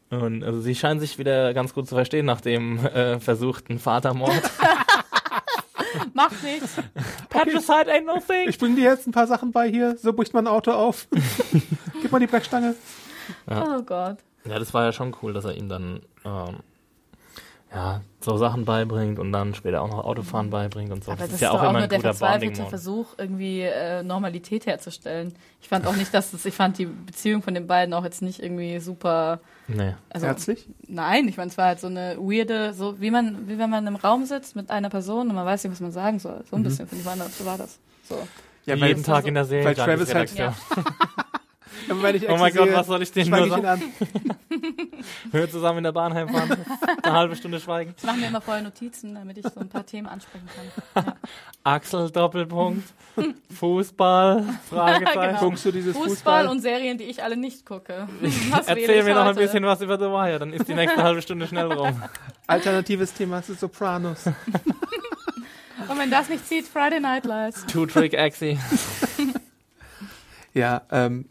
B: Und also sie scheinen sich wieder ganz gut zu verstehen nach dem äh, versuchten Vatermord.
C: Macht nichts.
B: Patricide ain't no thing.
A: Ich bringe dir jetzt ein paar Sachen bei hier. So bricht man ein Auto auf. Gib mal die Brechstange.
C: Oh Gott.
B: Ja, das war ja schon cool, dass er ihm dann ähm, ja, so Sachen beibringt und dann später auch noch Autofahren beibringt und so.
C: Aber das,
B: ist
C: ist
B: ja
C: doch
B: auch
C: auch
B: immer
C: nur
B: ein
C: der
B: guter Bonding
C: verzweifelte
B: Mode.
C: Versuch, irgendwie äh, Normalität herzustellen. Ich fand auch nicht, dass das, ich fand die Beziehung von den beiden auch jetzt nicht irgendwie super.
B: Nee.
C: Also,
A: Herzlich.
C: nein, ich meine, es war halt so eine weirde, so wie man, wie wenn man im Raum sitzt mit einer Person und man weiß nicht, was man sagen soll.
B: Mhm.
C: So ein bisschen, finde ich, war das, so war das. So.
A: Ja,
B: Jeden
A: weil,
B: Tag in der Serie.
A: weil Travis halt-
C: Ja.
A: weil ich
B: Oh mein
A: Exe
B: Gott,
A: sehe,
B: was soll ich denen
A: schweige
B: nur
A: ich ihn
B: sagen?
A: an.
B: Hör zusammen in der Bahn heimfahren, eine halbe Stunde schweigen.
C: Ich mache mir immer vorher Notizen, damit ich so ein paar Themen ansprechen kann.
B: Axel Doppelpunkt, Fußball, Fragezeichen.
C: Genau.
A: Guckst du dieses
C: Fußball,
A: Fußball?
C: und Serien, die ich alle nicht gucke. Was rede
B: Erzähl
C: ich
B: mir noch ein
C: heute?
B: bisschen was über The Wire, dann ist die nächste halbe Stunde schnell rum.
A: Alternatives Thema ist Sopranos.
C: Und wenn das nicht zieht, Friday Night Lights.
B: Two Trick Axie.
A: Ja, ähm,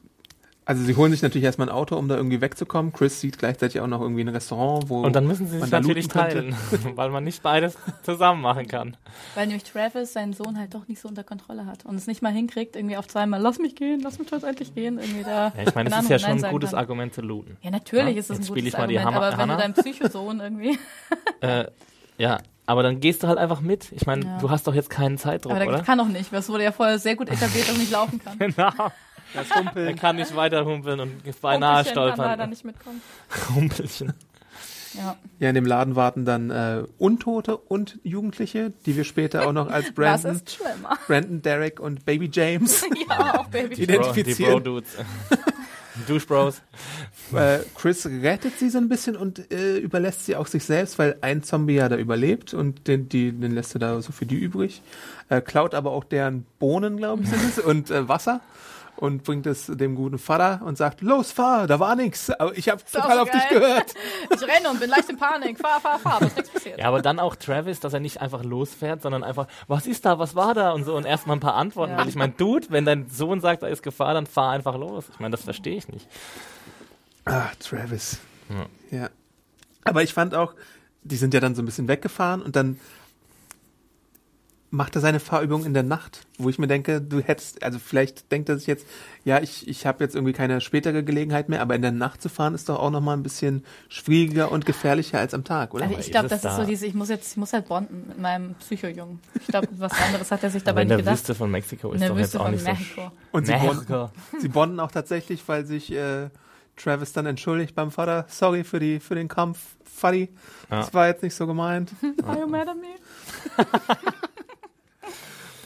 A: also sie holen sich natürlich erstmal ein Auto, um da irgendwie wegzukommen. Chris sieht gleichzeitig auch noch irgendwie ein Restaurant, wo
B: Und dann müssen sie
A: Man
B: sich
A: da
B: natürlich
A: looten
B: teilen, weil man nicht beides zusammen machen kann.
C: Weil nämlich Travis seinen Sohn halt doch nicht so unter Kontrolle hat und es nicht mal hinkriegt, irgendwie auf zweimal, lass mich gehen, lass mich heute endlich gehen, irgendwie da.
B: Ja, ich meine,
C: keine
B: das ist ja
C: Ahnung, Nein
B: schon ein
C: sagen
B: gutes
C: kann.
B: Argument zu looten.
C: Ja, natürlich
B: Ja,
C: ist es ein
B: jetzt
C: gutes
B: spiel ich mal die
C: Argument,
B: Hammer-
C: aber wenn
B: Hanna.
C: du deinem Psychosohn irgendwie.
B: Äh, ja, aber dann gehst du halt einfach mit. Ich meine,
C: Ja.
B: du hast doch jetzt keinen Zeitdruck,
C: aber der
B: oder?
C: kann doch nicht, weil es wurde ja vorher sehr gut etabliert, dass er nicht laufen kann.
B: Genau.
A: das
B: Er
A: Humpeln.
B: kann nicht weiter humpeln und ist beinahe
C: Kumpelchen kann leider
B: stolpern.
C: nicht mitkommen.
B: Humpelchen.
C: Ja.
A: Ja, in dem Laden warten dann äh, Untote und Jugendliche, die wir später auch noch als
C: Das
A: Brandon,
C: ist schlimmer.
A: Brandon Derek und Baby James
C: ja, auch Baby.
B: Die
A: identifizieren.
B: Bro-Dudes. Douche Bros.
A: äh, Chris rettet sie so ein bisschen und äh, überlässt sie auch sich selbst, weil ein Zombie ja da überlebt und den, die, den lässt er da so für die übrig. Äh, klaut aber auch deren Bohnen, glaube ich, sind es, und äh, Wasser und bringt es dem guten Vater und sagt, los, fahr, da war nix, aber ich habe
C: auch
A: total
C: so
A: auf dich
C: geil.
A: gehört.
C: Ich renne und bin leicht in Panik. Fahr, fahr, fahr, aber ist nichts passiert.
B: Ja, aber dann auch Travis, dass er nicht einfach losfährt, sondern einfach, was ist da, was war da und so und erstmal ein paar Antworten.
C: Ja.
B: Weil ich meine, Dude, wenn dein Sohn sagt, da ist Gefahr, dann fahr einfach los. Ich meine, das verstehe ich nicht.
A: Ah, Travis. Ja. Aber ich fand auch, die sind ja dann so ein bisschen weggefahren und dann macht er seine Fahrübung in der Nacht, wo ich mir denke, du hättest, also vielleicht denkt er sich jetzt, ja, ich, ich habe jetzt irgendwie keine spätere Gelegenheit mehr, aber in der Nacht zu fahren ist doch auch nochmal ein bisschen schwieriger und gefährlicher als am Tag, oder?
C: Also
B: Aber
C: ich
B: ist
C: glaube,
B: es
C: das ist
B: da-
C: so diese, ich muss jetzt, ich muss halt bonden mit meinem Psychojungen. Ich glaube, was anderes hat er sich
B: Aber
C: dabei
B: in
C: nicht
B: der
C: gedacht.
B: Wüste von Mexiko
C: In
B: ist
C: der
B: doch
C: Wüste
B: jetzt auch
C: von
B: nicht
C: Mexiko.
B: so.
A: Und sie
B: Mexiko.
A: Sie bonden auch tatsächlich, weil sich äh, Travis dann entschuldigt beim Vater, sorry für die für den Kampf, Fuddy,
B: Ja.
A: das war jetzt nicht so gemeint.
C: Are you mad at me?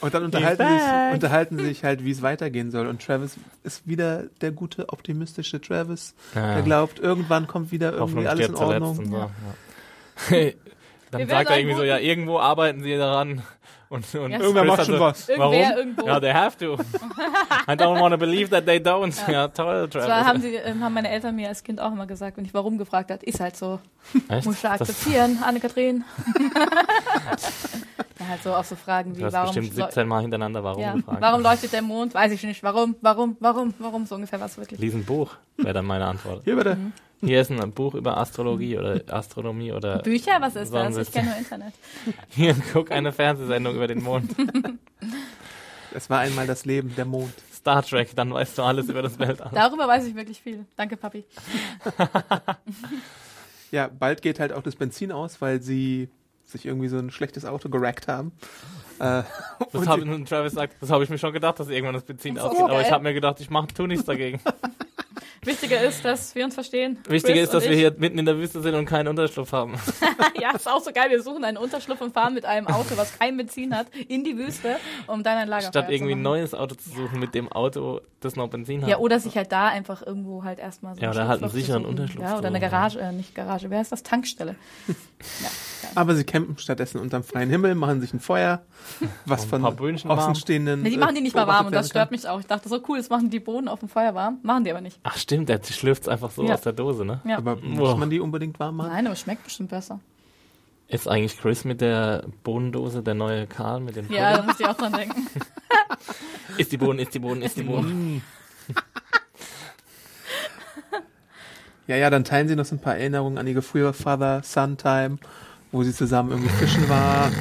A: Und dann unterhalten sie, sich, unterhalten sie sich halt, wie es weitergehen soll. Und Travis ist wieder der gute, optimistische Travis, der
B: Ja.
A: glaubt, irgendwann kommt wieder irgendwie
B: Hoffnung
A: alles in
B: stirbt zuletzt und
A: Ordnung.
B: so. Ja. Dann
C: Wir
B: sagt
C: werden
B: er irgendwie so,
C: ein
B: ja, irgendwo arbeiten sie daran. Und, und
C: Ja,
A: Irgendwer
B: Chris
A: macht
B: hat
A: schon
B: so,
A: was.
C: Irgendwer
B: Warum?
C: irgendwo.
B: Ja, they have to. I don't want to believe that they don't. Ja, toll, Travis.
C: Zwar haben, sie, ähm, haben meine Eltern mir als Kind auch immer gesagt, wenn ich warum gefragt hat, ist halt so.
B: Echt?
C: Muss ich
B: das,
C: akzeptieren, Anne-Kathrin. ja, halt so auf so Fragen wie,
B: du hast
C: warum,
B: bestimmt 17 Mal hintereinander warum
C: ja,
B: gefragt.
C: warum leuchtet der Mond? Weiß ich nicht. Warum, warum, warum, warum? So ungefähr war es wirklich.
B: Lies ein Buch, wäre dann meine Antwort.
A: Hier bitte.
C: Mhm.
B: Hier ist ein Buch über Astrologie oder Astronomie oder
C: Bücher? Was ist das?
B: Sonnensystem.
C: Ich kenne nur Internet.
B: hier, guck eine Fernsehsendung über den Mond.
A: Es war einmal das Leben, der Mond.
B: Star Trek, dann weißt du alles über das Weltall.
C: Darüber weiß ich wirklich viel. Danke, Papi.
A: Ja, bald geht halt auch das Benzin aus, weil sie sich irgendwie so ein schlechtes Auto gerackt haben. Äh,
B: Das
A: und
B: hab,
A: sie-
B: und Travis sagt, das habe ich mir schon gedacht, dass irgendwann das Benzin
C: Das ist
B: ausgeht. Aber
C: geil.
B: ich habe mir gedacht, ich mache, tu nichts dagegen.
C: Wichtiger ist, dass wir uns verstehen.
B: Wichtiger
C: Chris
B: ist, dass
C: und
B: wir
C: ich.
B: hier mitten in der Wüste sind und keinen Unterschlupf haben.
C: Ja, ist auch so geil. Wir suchen einen Unterschlupf und fahren mit einem Auto, was kein Benzin hat, in die Wüste, um dann ein Lagerfeuer
B: Statt
C: zu
B: irgendwie ein
C: machen.
B: neues Auto zu suchen mit dem Auto, das noch Benzin hat.
C: Ja, oder sich halt da einfach irgendwo halt erstmal so
B: Ja,
C: einen
B: oder halt einen
C: Schlupfloch zu
B: sicheren
C: suchen.
B: Unterschlupf
C: Ja,
B: zu Äh,
C: oder eine
B: suchen.
C: Garage, äh, nicht Garage. Wer ist das? Tankstelle.
A: aber sie campen stattdessen unterm freien Himmel, machen sich ein Feuer, was
B: Und ein
A: von
B: paar Brötchen warm.
A: Außenstehenden.
C: Ne, die machen die
A: äh,
C: nicht mal warm und
A: beobachtet
C: das stört
A: werden
C: mich auch. Ich dachte, so cool, das machen die Bohnen auf dem Feuer warm. Machen die aber nicht.
B: Ach stimmt, der schlürft einfach so
C: Ja.
B: aus der Dose, ne?
C: Ja.
A: kann. Aber
B: Boah.
A: muss man die unbedingt warm machen?
C: Nein, aber schmeckt bestimmt besser.
B: Ist eigentlich Chris mit der Bohnendose der neue Karl mit dem
C: Ja, da muss ich auch dran denken.
B: Pudding? Ist die Bohnen, ist die Bohnen, ist die Bohnen.
A: Ja, ja, dann teilen sie noch so ein paar Erinnerungen an ihre frühere Father-Son-Time, wo sie zusammen irgendwie fischen waren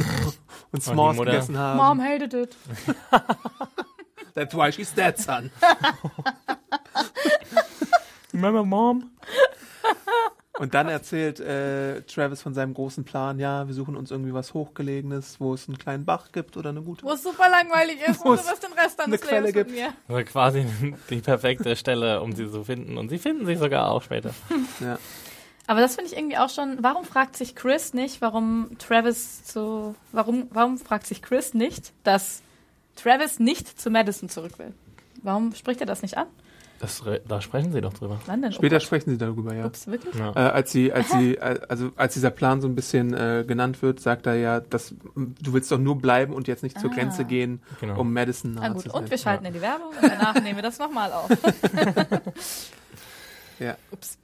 A: und S'mores
B: Mutter.
A: gegessen haben.
C: Mom hated it.
A: That's why she's dead, son.
B: Remember Mom?
A: Und dann erzählt äh, Travis von seinem großen Plan, ja, wir suchen uns irgendwie was Hochgelegenes, wo es einen kleinen Bach gibt oder eine gute.
C: Wo es super langweilig ist
A: Wo
C: und
A: es
C: du wirst den Rest deines
A: eine Quelle
C: Lebens mit mir.
B: Also quasi die perfekte Stelle, um sie zu finden. Und sie finden sich sogar auch später.
A: Ja.
C: Aber das finde ich irgendwie auch schon. Warum fragt sich Chris nicht, warum Travis so. Warum, warum fragt sich Chris nicht, dass Travis nicht zu Madison zurück will? Warum spricht er das nicht an?
B: Das, re- da sprechen sie doch drüber.
C: Wann denn? Oh
A: Später sprechen sie darüber, ja.
C: Ups, wirklich?
B: Ja.
A: Äh, als sie, als sie, äh, also als dieser Plan so ein bisschen äh, genannt wird, sagt er ja, dass m, du willst doch nur bleiben und jetzt nicht zur
C: Ah.
A: Grenze gehen,
B: Genau.
A: um Madison nahe
C: Ah, gut.
A: zu sein.
C: Und wir schalten in die Werbung und danach nehmen wir das nochmal auf.
A: Ja.
C: Ups.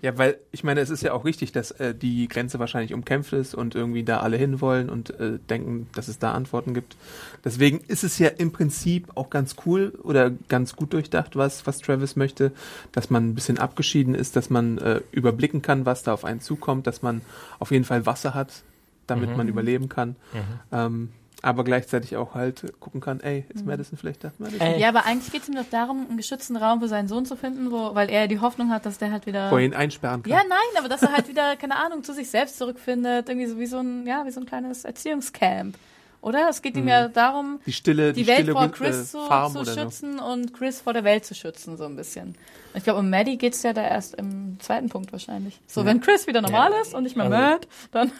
A: Ja, weil ich meine, es ist ja auch richtig, dass äh, die Grenze wahrscheinlich umkämpft ist und irgendwie da alle hinwollen und äh, denken, dass es da Antworten gibt. Deswegen ist es ja im Prinzip auch ganz cool oder ganz gut durchdacht, was, was Travis möchte, dass man ein bisschen abgeschieden ist, dass man äh, überblicken kann, was da auf einen zukommt, dass man auf jeden Fall Wasser hat, damit man überleben kann. Ähm, aber gleichzeitig auch halt äh, gucken kann, ey, ist
C: Mhm.
A: Madison vielleicht da? Madison?
B: Ey.
C: Ja, aber eigentlich geht es ihm doch darum, einen geschützten Raum für seinen Sohn zu finden, wo, weil er die Hoffnung hat, dass der halt wieder.
A: Wo er ihn einsperren kann.
C: Ja, nein, aber dass er halt wieder, keine Ahnung, zu sich selbst zurückfindet. Irgendwie so wie so ein, ja, wie so ein kleines Erziehungscamp. Oder? Es geht ihm ja darum,
A: die Stille,
C: die,
A: die,
C: Welt
A: stille
C: vor
A: Ru-
C: Chris
A: äh,
C: zu,
A: Farm
C: zu
A: oder so.
C: schützen und Chris vor der Welt zu schützen, so ein bisschen. Und ich glaube, um Maddie geht's ja da erst im zweiten Punkt wahrscheinlich. So, wenn Chris wieder normal
B: Ja.
C: ist und nicht mehr
B: Also-
C: mad, dann.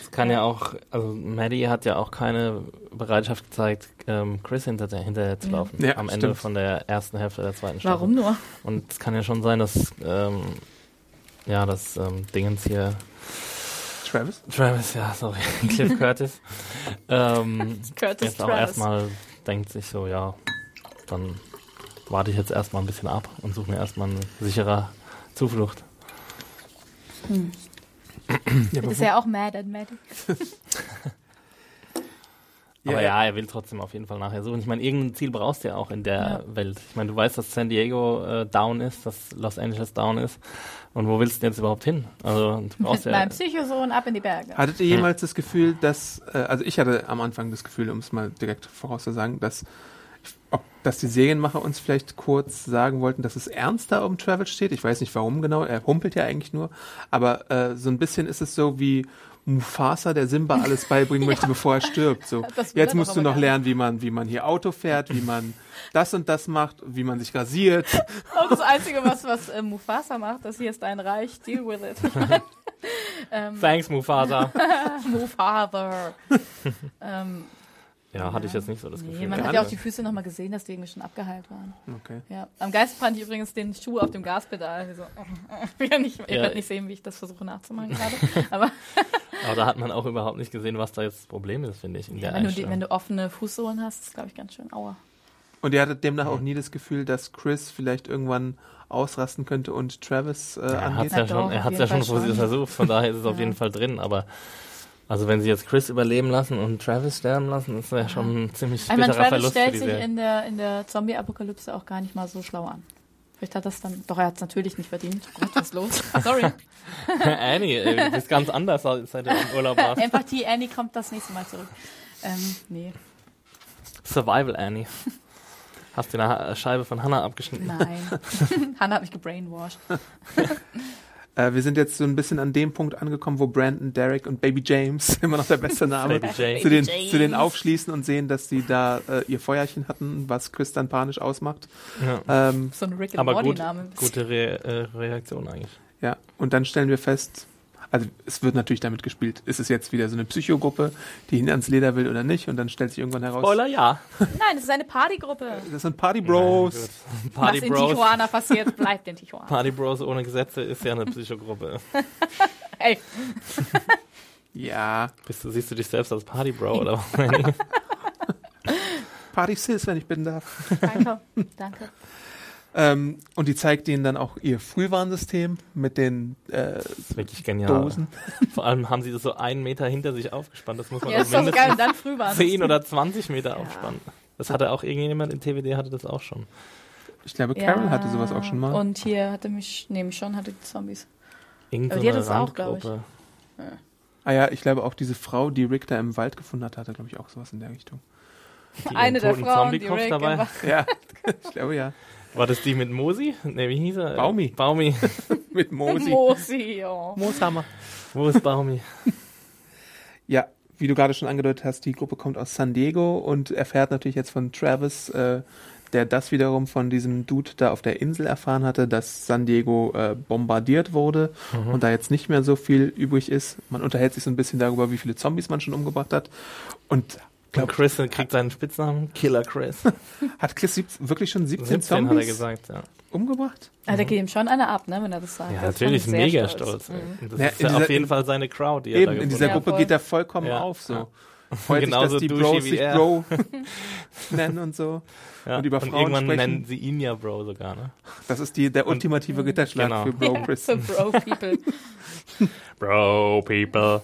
B: Es kann ja auch, also Maddie hat ja auch keine Bereitschaft gezeigt, ähm, Chris hinter, hinterher zu laufen.
A: Ja,
B: am
A: stimmt.
B: Ende von der ersten Hälfte der zweiten Staffel.
C: Warum nur?
B: Und es kann ja schon sein, dass, ähm, ja, dass ähm, Dingens hier,
A: Travis?
B: Travis, ja, sorry, Cliff Curtis, ähm,
C: Curtis
B: jetzt auch
C: Travis.
B: erstmal denkt sich so, ja, dann warte ich jetzt erstmal ein bisschen ab und suche mir erstmal eine sichere Zuflucht.
A: Ja,
C: Ist ja auch mad at Maddie.
B: Aber
A: ja.
B: ja, er will trotzdem auf jeden Fall nachher suchen. Ich meine, irgendein Ziel brauchst du ja auch in der Welt. Ich meine, du weißt, dass San Diego äh, down ist, dass Los Angeles down ist. Und wo willst du denn jetzt überhaupt hin? Also, du
C: Mit
B: brauchst ja.
C: meinem Psychosohn ab in die Berge.
A: Hattet ihr jemals das Gefühl, dass, äh, also ich hatte am Anfang das Gefühl, um es mal direkt vorauszusagen, dass, ob, dass die Serienmacher uns vielleicht kurz sagen wollten, dass es ernster um Travel steht. Ich weiß nicht warum genau, er humpelt ja eigentlich nur, aber äh, so ein bisschen ist es so wie Mufasa, der Simba alles beibringen möchte, bevor er stirbt. So,
C: Das wird
A: jetzt
C: er
A: musst
C: doch
A: du
C: aber
A: noch
C: gar nicht.
A: lernen, wie man, wie man hier Auto fährt, wie man das und das macht, wie man sich rasiert.
C: Und das Einzige, was, was äh, Mufasa macht, das hier ist dein Reich, deal with it. Ähm,
B: Thanks, Mufasa.
C: Mufasa. ähm,
B: ja, hatte ich jetzt nicht so das
C: nee,
B: Gefühl.
C: man
B: Ja.
C: hat ja auch die Füße nochmal gesehen, dass die irgendwie schon abgeheilt waren.
A: Okay.
C: Ja. Am Geist fand ich übrigens den Schuh auf dem Gaspedal. So, oh, ich kann nicht, ihr
B: Ja.
C: könnt nicht sehen, wie ich das versuche nachzumachen gerade. Aber
B: Aber da hat man auch überhaupt nicht gesehen, was da jetzt das Problem ist, finde ich, in der
C: wenn, du die,
B: Einstellung.
C: wenn du offene Fußsohlen hast, ist glaube ich ganz schön aua.
A: Und ihr hattet demnach
C: Hm.
A: auch nie das Gefühl, dass Chris vielleicht irgendwann ausrasten könnte und Travis äh,
B: er
A: angeht?
B: hat's ja
C: Na doch,
B: schon, er
C: auf
B: hat's ja
C: jeden
B: schon
C: Fall schon.
B: versucht, von daher ist es auf
C: Ja.
B: jeden Fall drin, aber also wenn sie jetzt Chris überleben lassen und Travis sterben lassen, das wäre schon ein ziemlich
C: Einmal
B: bitterer
C: Travis
B: Verlust für
C: stellt
B: die
C: sich
B: Serie.
C: in der, in der Zombie-Apokalypse auch gar nicht mal so schlau an. Vielleicht hat das dann, doch er hat es natürlich nicht verdient. Oh Gott, was ist los? Sorry.
B: Annie, ey, du bist ganz anders, als seit du im Urlaub warst.
C: Empathie, Annie kommt das nächste Mal zurück. Ähm, nee.
B: Survival Annie. Hast du eine Ha- Scheibe von Hannah abgeschnitten?
C: Nein. Hannah hat mich gebrainwashed.
A: Äh, wir sind jetzt so ein bisschen an dem Punkt angekommen, wo Brandon, Derek und Baby James, immer noch der beste Name,
B: Baby Jane.
A: zu den, zu den aufschließen und sehen, dass sie da äh, ihr Feuerchen hatten, was Chris dann panisch ausmacht.
B: Ja.
A: Ähm,
C: So ein Rick and
B: Aber
C: Morty
B: gut,
C: Name.
B: gute Re äh, Reaktion eigentlich.
A: ja, und dann stellen wir fest, also es wird natürlich damit gespielt, ist es jetzt wieder so eine Psychogruppe, die ihn ans Leder will oder nicht, und dann stellt sich irgendwann heraus,
B: Spoiler, ja.
C: Nein, es ist eine Partygruppe.
A: das sind Party Bros.
B: Nein, gut.
C: Was
B: Party
C: in
B: Bros.
C: Tijuana passiert, bleibt in Tijuana.
B: Party Bros ohne Gesetze ist ja eine Psychogruppe.
C: Ey,
A: ja,
B: Bist du, siehst du dich selbst als Party Bro oder was?
A: Party Sis, wenn ich bitten darf.
C: danke. danke.
A: Ähm, und die zeigt ihnen dann auch ihr Frühwarnsystem mit den äh,
B: Das ist wirklich genial.
A: Dosen.
B: Vor allem haben sie das so einen Meter hinter sich aufgespannt. Das muss man
C: Ja, ist
B: also
C: doch geil. Und
B: mindestens
C: dann früh war
B: 10 oder 20 Meter aufspannen. Das hatte auch irgendjemand in TWD hatte das auch schon.
A: Ich glaube, Carol hatte sowas auch schon mal.
C: Und hier hatte mich, neben schon hatte die Zombies.
B: Irgend
C: Aber
B: so
C: die
B: eine
C: hat das auch, glaub ich.
B: Randgruppe.
A: ah ja, ich glaube auch diese Frau, die Rick da im Wald gefunden hat, hatte, glaube ich, auch sowas in der Richtung.
B: Die
C: Eine
B: ihren
C: der
B: toten
C: Frauen, die
B: Zombie-Kopf
C: Rick
B: dabei.
C: dabei.
A: Ja, ich glaube ja.
B: War das die mit Mosi? Ne, wie hieß er?
A: Baumi.
B: Baumi.
A: Mit Mosi.
C: Mosi, oh.
B: Mooshammer. Wo ist Baumi?
A: Ja, wie du gerade schon angedeutet hast, die Gruppe kommt aus San Diego und erfährt natürlich jetzt von Travis, äh, der das wiederum von diesem Dude da auf der Insel erfahren hatte, dass San Diego äh, bombardiert wurde
B: Mhm.
A: und da jetzt nicht mehr so viel übrig ist. Man unterhält sich so ein bisschen darüber, wie viele Zombies man schon umgebracht hat. Und
B: Und
A: glaub,
B: Chris kriegt seinen Spitznamen. Killer Chris.
A: hat Chris siebz- wirklich schon 17,
B: 17
A: Zombies
B: hat er gesagt, ja.
A: umgebracht?
C: Ah, da geht ihm schon einer ab, ne, wenn er das sagt.
B: Ja,
C: Das
B: natürlich
C: fand ich sehr Mhm.
B: mega stolz. ey. Und Das
A: Ja,
B: ist
A: in
B: ja auf
A: dieser-
B: jeden Fall seine Crowd, die er da
A: Eben, in
B: gefunden
A: dieser
C: Ja,
B: hat.
A: Gruppe
C: voll.
A: geht er vollkommen
B: Ja.
A: auf. So.
B: Ja.
A: Freut sich, dass
B: Genauso
A: die
B: douchey
A: Bros
B: wie
A: sich
B: er.
A: Bro nennen und so.
B: Ja.
A: und über
B: und
A: Frauen
B: irgendwann
A: sprechen.
B: nennen sie ihn ja Bro sogar, ne?
A: Das ist die, der ultimative Ritterschlag
B: genau.
A: für Bro Chris.
C: So Bro People.
B: Bro, people.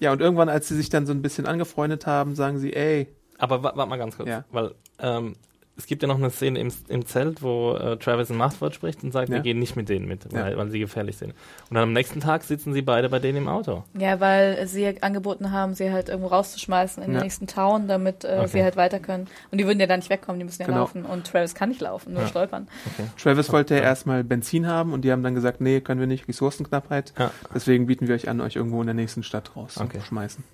A: Ja, und irgendwann, als sie sich dann so ein bisschen angefreundet haben, sagen sie, ey,
B: Aber wa- warte mal ganz kurz,
A: Ja.
B: weil ähm, es gibt ja noch eine Szene im, im Zelt, wo äh, Travis ein Machtwort spricht und sagt,
A: Ja.
B: wir gehen nicht mit denen mit,
A: Ja.
B: weil, weil sie gefährlich sind. Und dann am nächsten Tag sitzen sie beide bei denen im Auto.
C: Ja, weil sie angeboten haben, sie halt irgendwo rauszuschmeißen in den
A: Ja.
C: nächsten Town, damit äh,
B: Okay.
C: sie halt weiter können. Und die würden ja da nicht wegkommen, die müssen ja
A: Genau.
C: laufen. Und Travis kann nicht laufen, nur
B: Ja.
C: stolpern.
A: Travis wollte ja erstmal Benzin haben und die haben dann gesagt, nee, können wir nicht, Ressourcenknappheit.
B: Ja.
A: Deswegen bieten wir euch an, euch irgendwo in der nächsten Stadt raus
B: Okay.
A: zu schmeißen.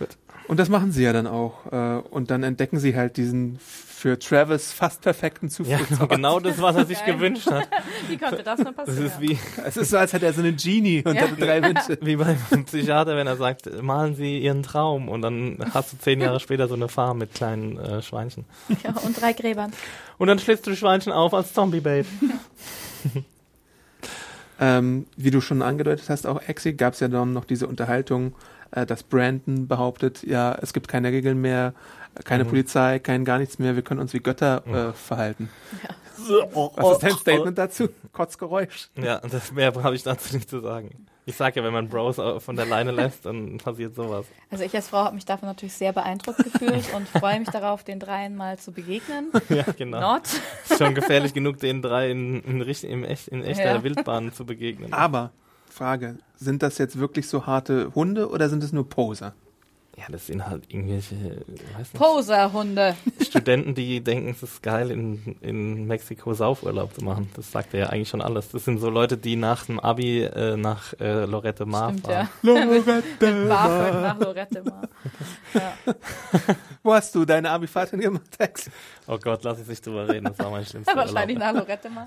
B: Gut.
A: Und das machen sie ja dann auch. äh, Und dann entdecken sie halt diesen für Travis fast perfekten
B: Ja,
A: Zufluchtsort.
B: genau das, was er sich
C: Geil.
B: gewünscht hat.
C: Wie konnte das nur
B: Das
C: passieren?
B: ist wie,
A: Es ist so, als hätte er so einen Genie und
C: Ja.
A: hatte drei Wünsche.
B: wie beim Psychiater, wenn er sagt, malen Sie Ihren Traum und dann hast du zehn Jahre später so eine Farm mit kleinen äh, Schweinchen.
C: ja, und drei Gräbern.
B: Und dann schlägst du die Schweinchen auf als Zombie-Babe.
A: Ähm, wie du schon angedeutet hast, auch Exi gab es ja dann noch diese Unterhaltung, äh, dass Brandon behauptet, ja, es gibt keine Regeln mehr, keine Polizei, kein gar nichts mehr, wir können uns wie Götter äh, verhalten.
B: Oh,
A: Was ist dein Statement dazu? Kotzgeräusch.
B: Ja, das mehr habe ich dazu nicht zu sagen. Ich sag ja, wenn man Bros au- von der Leine lässt, dann passiert sowas.
C: Also ich als Frau habe mich davon natürlich sehr beeindruckt gefühlt und freue mich darauf, den dreien mal zu begegnen.
B: Ja, genau.
C: Not.
B: Ist schon gefährlich genug, den drei in, in, richt- im echt, in echter
C: Ja. Ah.
B: Wildbahn zu begegnen.
A: Aber, Frage, sind das jetzt wirklich so harte Hunde oder sind es nur Poser?
B: Ja, das sind halt irgendwelche äh, weiß nicht,
C: Poserhunde.
B: Studenten, die denken, es ist geil, in, in Mexiko Saufurlaub zu machen. Das sagt ja eigentlich schon alles. Das sind so Leute, die nach dem Abi äh, nach äh, Lorette Mar
C: Stimmt, ja.
B: fahren.
A: Lorette,
C: BAföG nach Lorette mal. Ja.
A: wo hast du deine Abifahrt hin gemacht, Exi?
B: Oh Gott, lass ich nicht drüber reden. Das war mein schlimmster
C: Wahrscheinlich
B: Urlaub.
C: nach Lorette mal.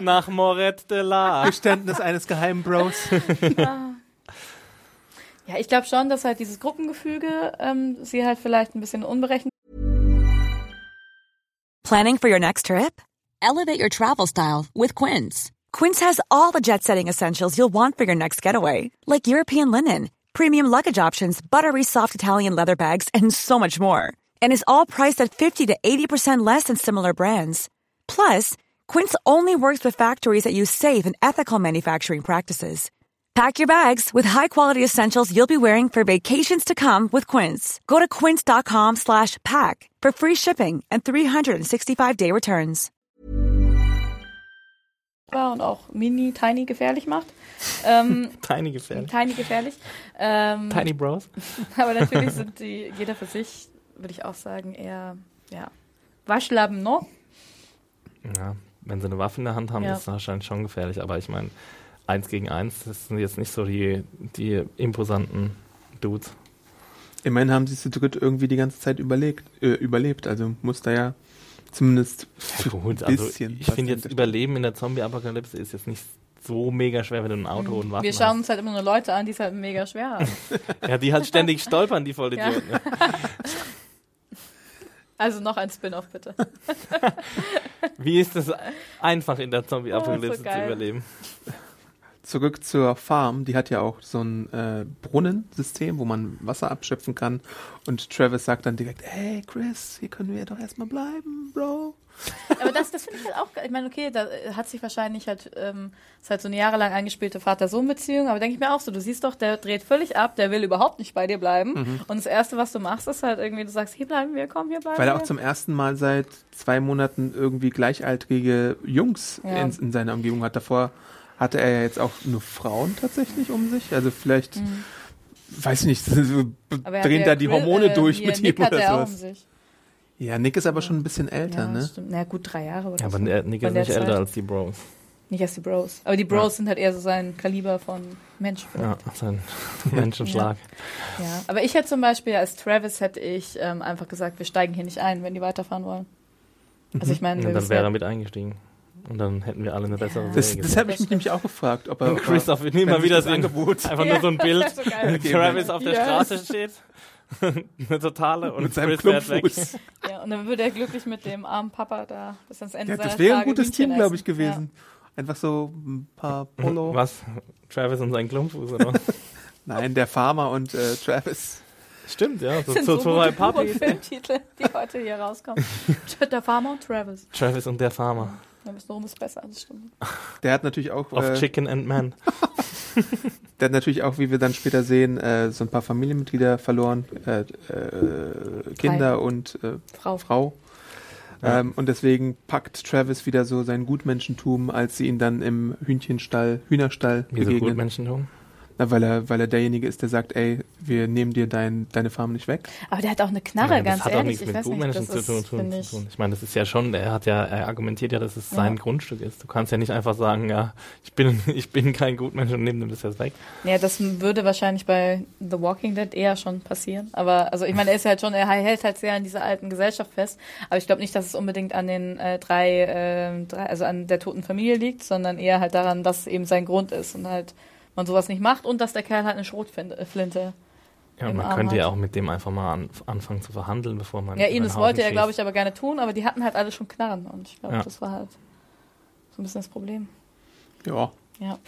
B: Nach Morette de la.
A: Geständnis eines geheimen Bros.
C: Ja, ich glaube schon, dass halt dieses Gruppengefüge ähm, sie halt vielleicht ein bisschen unberechenbar
D: Planning for your next trip? Elevate your travel style with Quince. Quince has all the jet setting essentials you'll want for your next getaway, like European linen, premium luggage options, buttery soft Italian leather bags, and so much more. And is all priced at 50 to 80% less than similar brands. Plus, Quince only works with factories that use safe and ethical manufacturing practices. Pack your bags with high-quality essentials you'll be wearing for vacations to come with Quince. Go to quince.com slash pack for free shipping and 365-day returns.
C: und auch mini, tiny gefährlich macht. Ähm,
B: Tiny gefährlich.
C: tiny gefährlich. Ähm,
B: Tiny Bros.
C: Aber natürlich sind die, jeder für sich, würde ich auch sagen, eher, ja, Waschlappen, no?
B: Ja, wenn sie eine Waffe in der Hand haben,
C: Ja.
B: ist es wahrscheinlich schon gefährlich. Aber ich meine, eins gegen eins, das sind jetzt nicht so die, die imposanten Dudes.
A: Immerhin haben sie zu dritt irgendwie die ganze Zeit überlegt, äh, überlebt, also muss da ja zumindest
B: Ja, gut,
A: ein
B: also
A: bisschen.
B: ich
A: was
B: finde jetzt
A: hinter-
B: Überleben in der Zombie-Apokalypse ist jetzt nicht so mega schwer, wenn du ein Auto und Waffen
C: Wir schauen uns halt immer nur Leute an, die es halt mega schwer haben.
B: hast. Ja, die halt ständig stolpern, die Vollidioten. Ja.
C: Also noch ein Spin-off bitte.
B: Wie ist es einfach in der Zombie-Apokalypse
C: Oh, so
B: zu
C: geil.
B: überleben?
A: zurück zur Farm. Die hat ja auch so ein äh, Brunnensystem, wo man Wasser abschöpfen kann. Und Travis sagt dann direkt, hey Chris, hier können wir doch erstmal bleiben, Bro.
C: Aber das, das finde ich halt auch, ge- ich meine, okay, da äh, hat sich wahrscheinlich halt, ähm, ist halt so eine jahrelang angespielte Vater-Sohn-Beziehung, aber denke ich mir auch so, du siehst doch, der dreht völlig ab, der will überhaupt nicht bei dir bleiben.
A: Mhm.
C: Und das Erste, was du machst, ist halt irgendwie, du sagst, hier bleiben wir, komm, hier bleiben
A: Weil
C: wir.
A: er auch zum ersten Mal seit zwei Monaten irgendwie gleichaltrige Jungs
C: Ja.
A: in, in seiner Umgebung hat. Davor hatte er ja jetzt auch nur Frauen tatsächlich um sich. Also vielleicht, weiß ich nicht,
C: Mhm. aber er
A: drehen
C: hat
A: da
C: ja
A: die
C: Grill-
A: Hormone
C: äh,
A: durch
C: hier
A: mit
C: Nick
A: ihm
C: hat er
A: oder
C: auch um
A: sowas.
C: sich.
A: ja, Nick ist aber schon ein bisschen älter,
C: Ja,
A: ne?
C: stimmt. Na gut, drei Jahre oder
B: Ja, aber
C: so.
B: äh, Nick
C: Bei
B: ist
C: der
B: nicht
C: Zeit.
B: älter als die Bros.
C: Nicht erst die Bros. Aber die Bros sind halt eher so sein Kaliber von Mensch.
B: Ja, sein Menschenschlag.
C: Ja. Aber ich hätte zum Beispiel als Travis hätte ich ähm, einfach gesagt, wir steigen hier nicht ein, wenn die weiterfahren wollen. Also ich meine,
B: Und
C: wir
B: dann
C: wissen
B: wäre
C: ja-
B: er mit eingestiegen. Und dann hätten wir alle eine bessere
C: Ja.
A: Das,
B: Serie
A: das habe ich mich nämlich auch gefragt, ob er.
B: Und Chris auf immer
A: sich
B: wieder
A: das
B: so ein
A: Angebot-
B: Einfach nur so ein Bild.
C: Das wär so geil.
B: Wenn Travis auf der
C: Ja.
B: Straße steht. eine totale und
A: mit seinem
B: Chris fährt weg.
A: Klumpfuß.
C: Ja, und dann würde er glücklich mit dem armen Papa da bis ans Ende
A: Ja, das
C: seiner
A: wäre ein
C: Tage
A: gutes
C: Hühnchen
A: Team, glaube ich,
C: essen.
A: gewesen. Einfach so ein
B: Mhm.
A: paar
C: Oh
A: Polo.
B: Was? Travis und sein Klumpfuß, oder? was?
A: Nein, der Farmer und äh, Travis.
B: Stimmt, ja. So,
C: Das sind
B: so,
C: so,
B: so bei
C: gute Buch- und
B: Papi.
C: Filmtitel, die heute hier rauskommen. der Farmer und Travis.
B: Travis und der Farmer.
C: Da müssen rum ist besser, das stimmt.
A: Der hat natürlich auch,
B: Auf
A: äh,
B: Chicken and Man.
A: der hat natürlich auch, wie wir dann später sehen, äh, so ein paar Familienmitglieder verloren, äh, äh, Kinder und äh,
C: Frau.
A: Frau. Ähm, und deswegen packt Travis wieder so sein Gutmenschentum, als sie ihn dann im Hühnchenstall, Hühnerstall
B: Wieso gut
A: begegnen.
B: Menschen tun?
A: Na, weil er, weil er derjenige ist, der sagt, ey, wir nehmen dir dein, deine Farm nicht weg.
C: Aber der hat auch eine Knarre,
B: Nein,
C: ganz
B: das hat
C: ehrlich.
B: auch
C: ich
B: nichts mit
C: weiß nicht,
B: Gutmenschen
C: das
B: zu
C: ist,
B: tun. tun,
C: finde
B: zu
C: ich.
B: tun. Ich meine, das ist ja schon, er hat ja, er argumentiert ja, dass es sein Grundstück ist. Du kannst ja nicht einfach sagen, ja, ich bin, ich bin kein Gutmensch und nehme dem das jetzt weg.
C: Ja, das würde wahrscheinlich bei The Walking Dead eher schon passieren. Aber also ich meine, er ist halt schon, er hält halt sehr an dieser alten Gesellschaft fest. Aber ich glaube nicht, dass es unbedingt an den äh, drei, äh, drei, also an der toten Familie liegt, sondern eher halt daran, dass eben sein Grund ist und halt man sowas nicht macht und dass der Kerl halt eine Schrotflinte.
B: Ja, und
C: Im
B: man
C: Arm
B: könnte ja
C: hat.
B: auch mit dem einfach mal an, anfangen zu verhandeln, bevor man.
C: Ja,
B: über den
C: ihn, das
B: Haufen
C: wollte er,
B: schießt.
C: glaube ich, aber gerne tun, aber die hatten halt alle schon Knarren und ich glaube,
B: Ja.
C: das war halt so ein bisschen das Problem.
A: Ja.
C: Ja.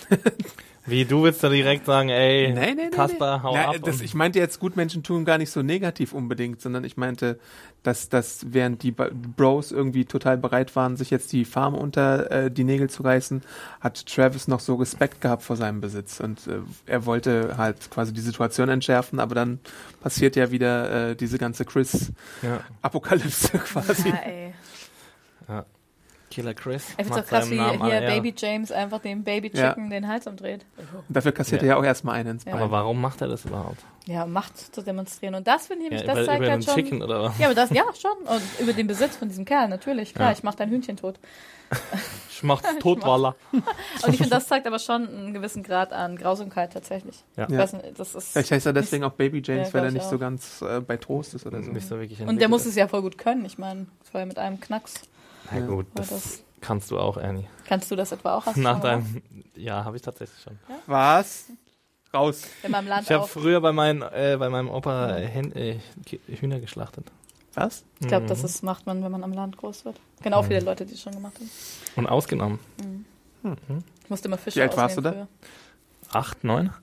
B: Wie, du willst da direkt sagen, ey,
A: Nein, nein, nein.
B: Kasper,
A: nein.
B: hau
A: Nein,
B: ab.
A: Das,
B: und-
A: ich meinte jetzt Gutmenschentum gar nicht so negativ unbedingt, sondern ich meinte, dass, dass während die Ba- Bros irgendwie total bereit waren, sich jetzt die Farm unter äh, die Nägel zu reißen, hat Travis noch so Respekt gehabt vor seinem Besitz und äh, er wollte halt quasi die Situation entschärfen, aber dann passiert ja wieder äh, diese ganze
B: ja.
A: Chris-Apokalypse quasi.
C: ja, ey.
B: Killer Chris.
C: Ich finde
B: macht
C: es krass,
B: seinem
C: wie
B: Namen alle
C: hier
B: Ehre.
C: Baby James einfach dem Baby
A: Ja.
C: Chicken den Hals umdreht.
A: Dafür kassiert
B: Ja.
A: er ja auch erstmal einen ins
C: Ja.
A: Bein.
B: Aber warum macht er das überhaupt?
C: Ja, Macht zu demonstrieren. Und das finde ich
B: Ja,
C: nämlich,
B: über
C: das
B: über
C: zeigt
B: einen
C: halt schon.
B: Chicken oder was?
C: Ja, aber das, ja, schon. Und über den Besitz von diesem Kerl, natürlich. Klar,
B: Ja.
C: ich mache dein Hühnchen tot.
B: Schmacht's tot, Walla.
C: Und ich finde, das zeigt aber schon einen gewissen Grad an Grausamkeit tatsächlich.
B: Ja.
C: Ich weiß nicht, das ist,
A: Vielleicht heißt er deswegen auch Baby James,
C: Ja,
A: weil er
C: glaub ich
A: nicht so
C: auch.
A: ganz äh, bei Trost ist oder so.
B: Nicht so wirklich
C: und der muss es ja voll gut können. Ich meine, das war ja mit einem Knacks.
B: Na gut,
C: War
B: das,
C: das,
B: kannst du auch, Ernie.
C: kannst du das etwa auch? Hast du
B: Nach
C: schon mal gemacht?
B: deinem. Ja, habe ich tatsächlich schon.
A: Was? Raus.
C: In meinem Land
B: Ich habe
C: auch.
B: früher bei, meinen, äh, bei meinem Opa Hen äh, Ki- Hühner geschlachtet.
A: Was?
C: Ich glaube,
B: Mhm.
C: das ist, macht man, wenn man am Land groß wird. Genau viele Leute, die es schon gemacht haben.
B: Und ausgenommen.
C: Ich musste immer Fische
A: Wie alt warst
C: ausnehmen
A: du
B: Acht, neun?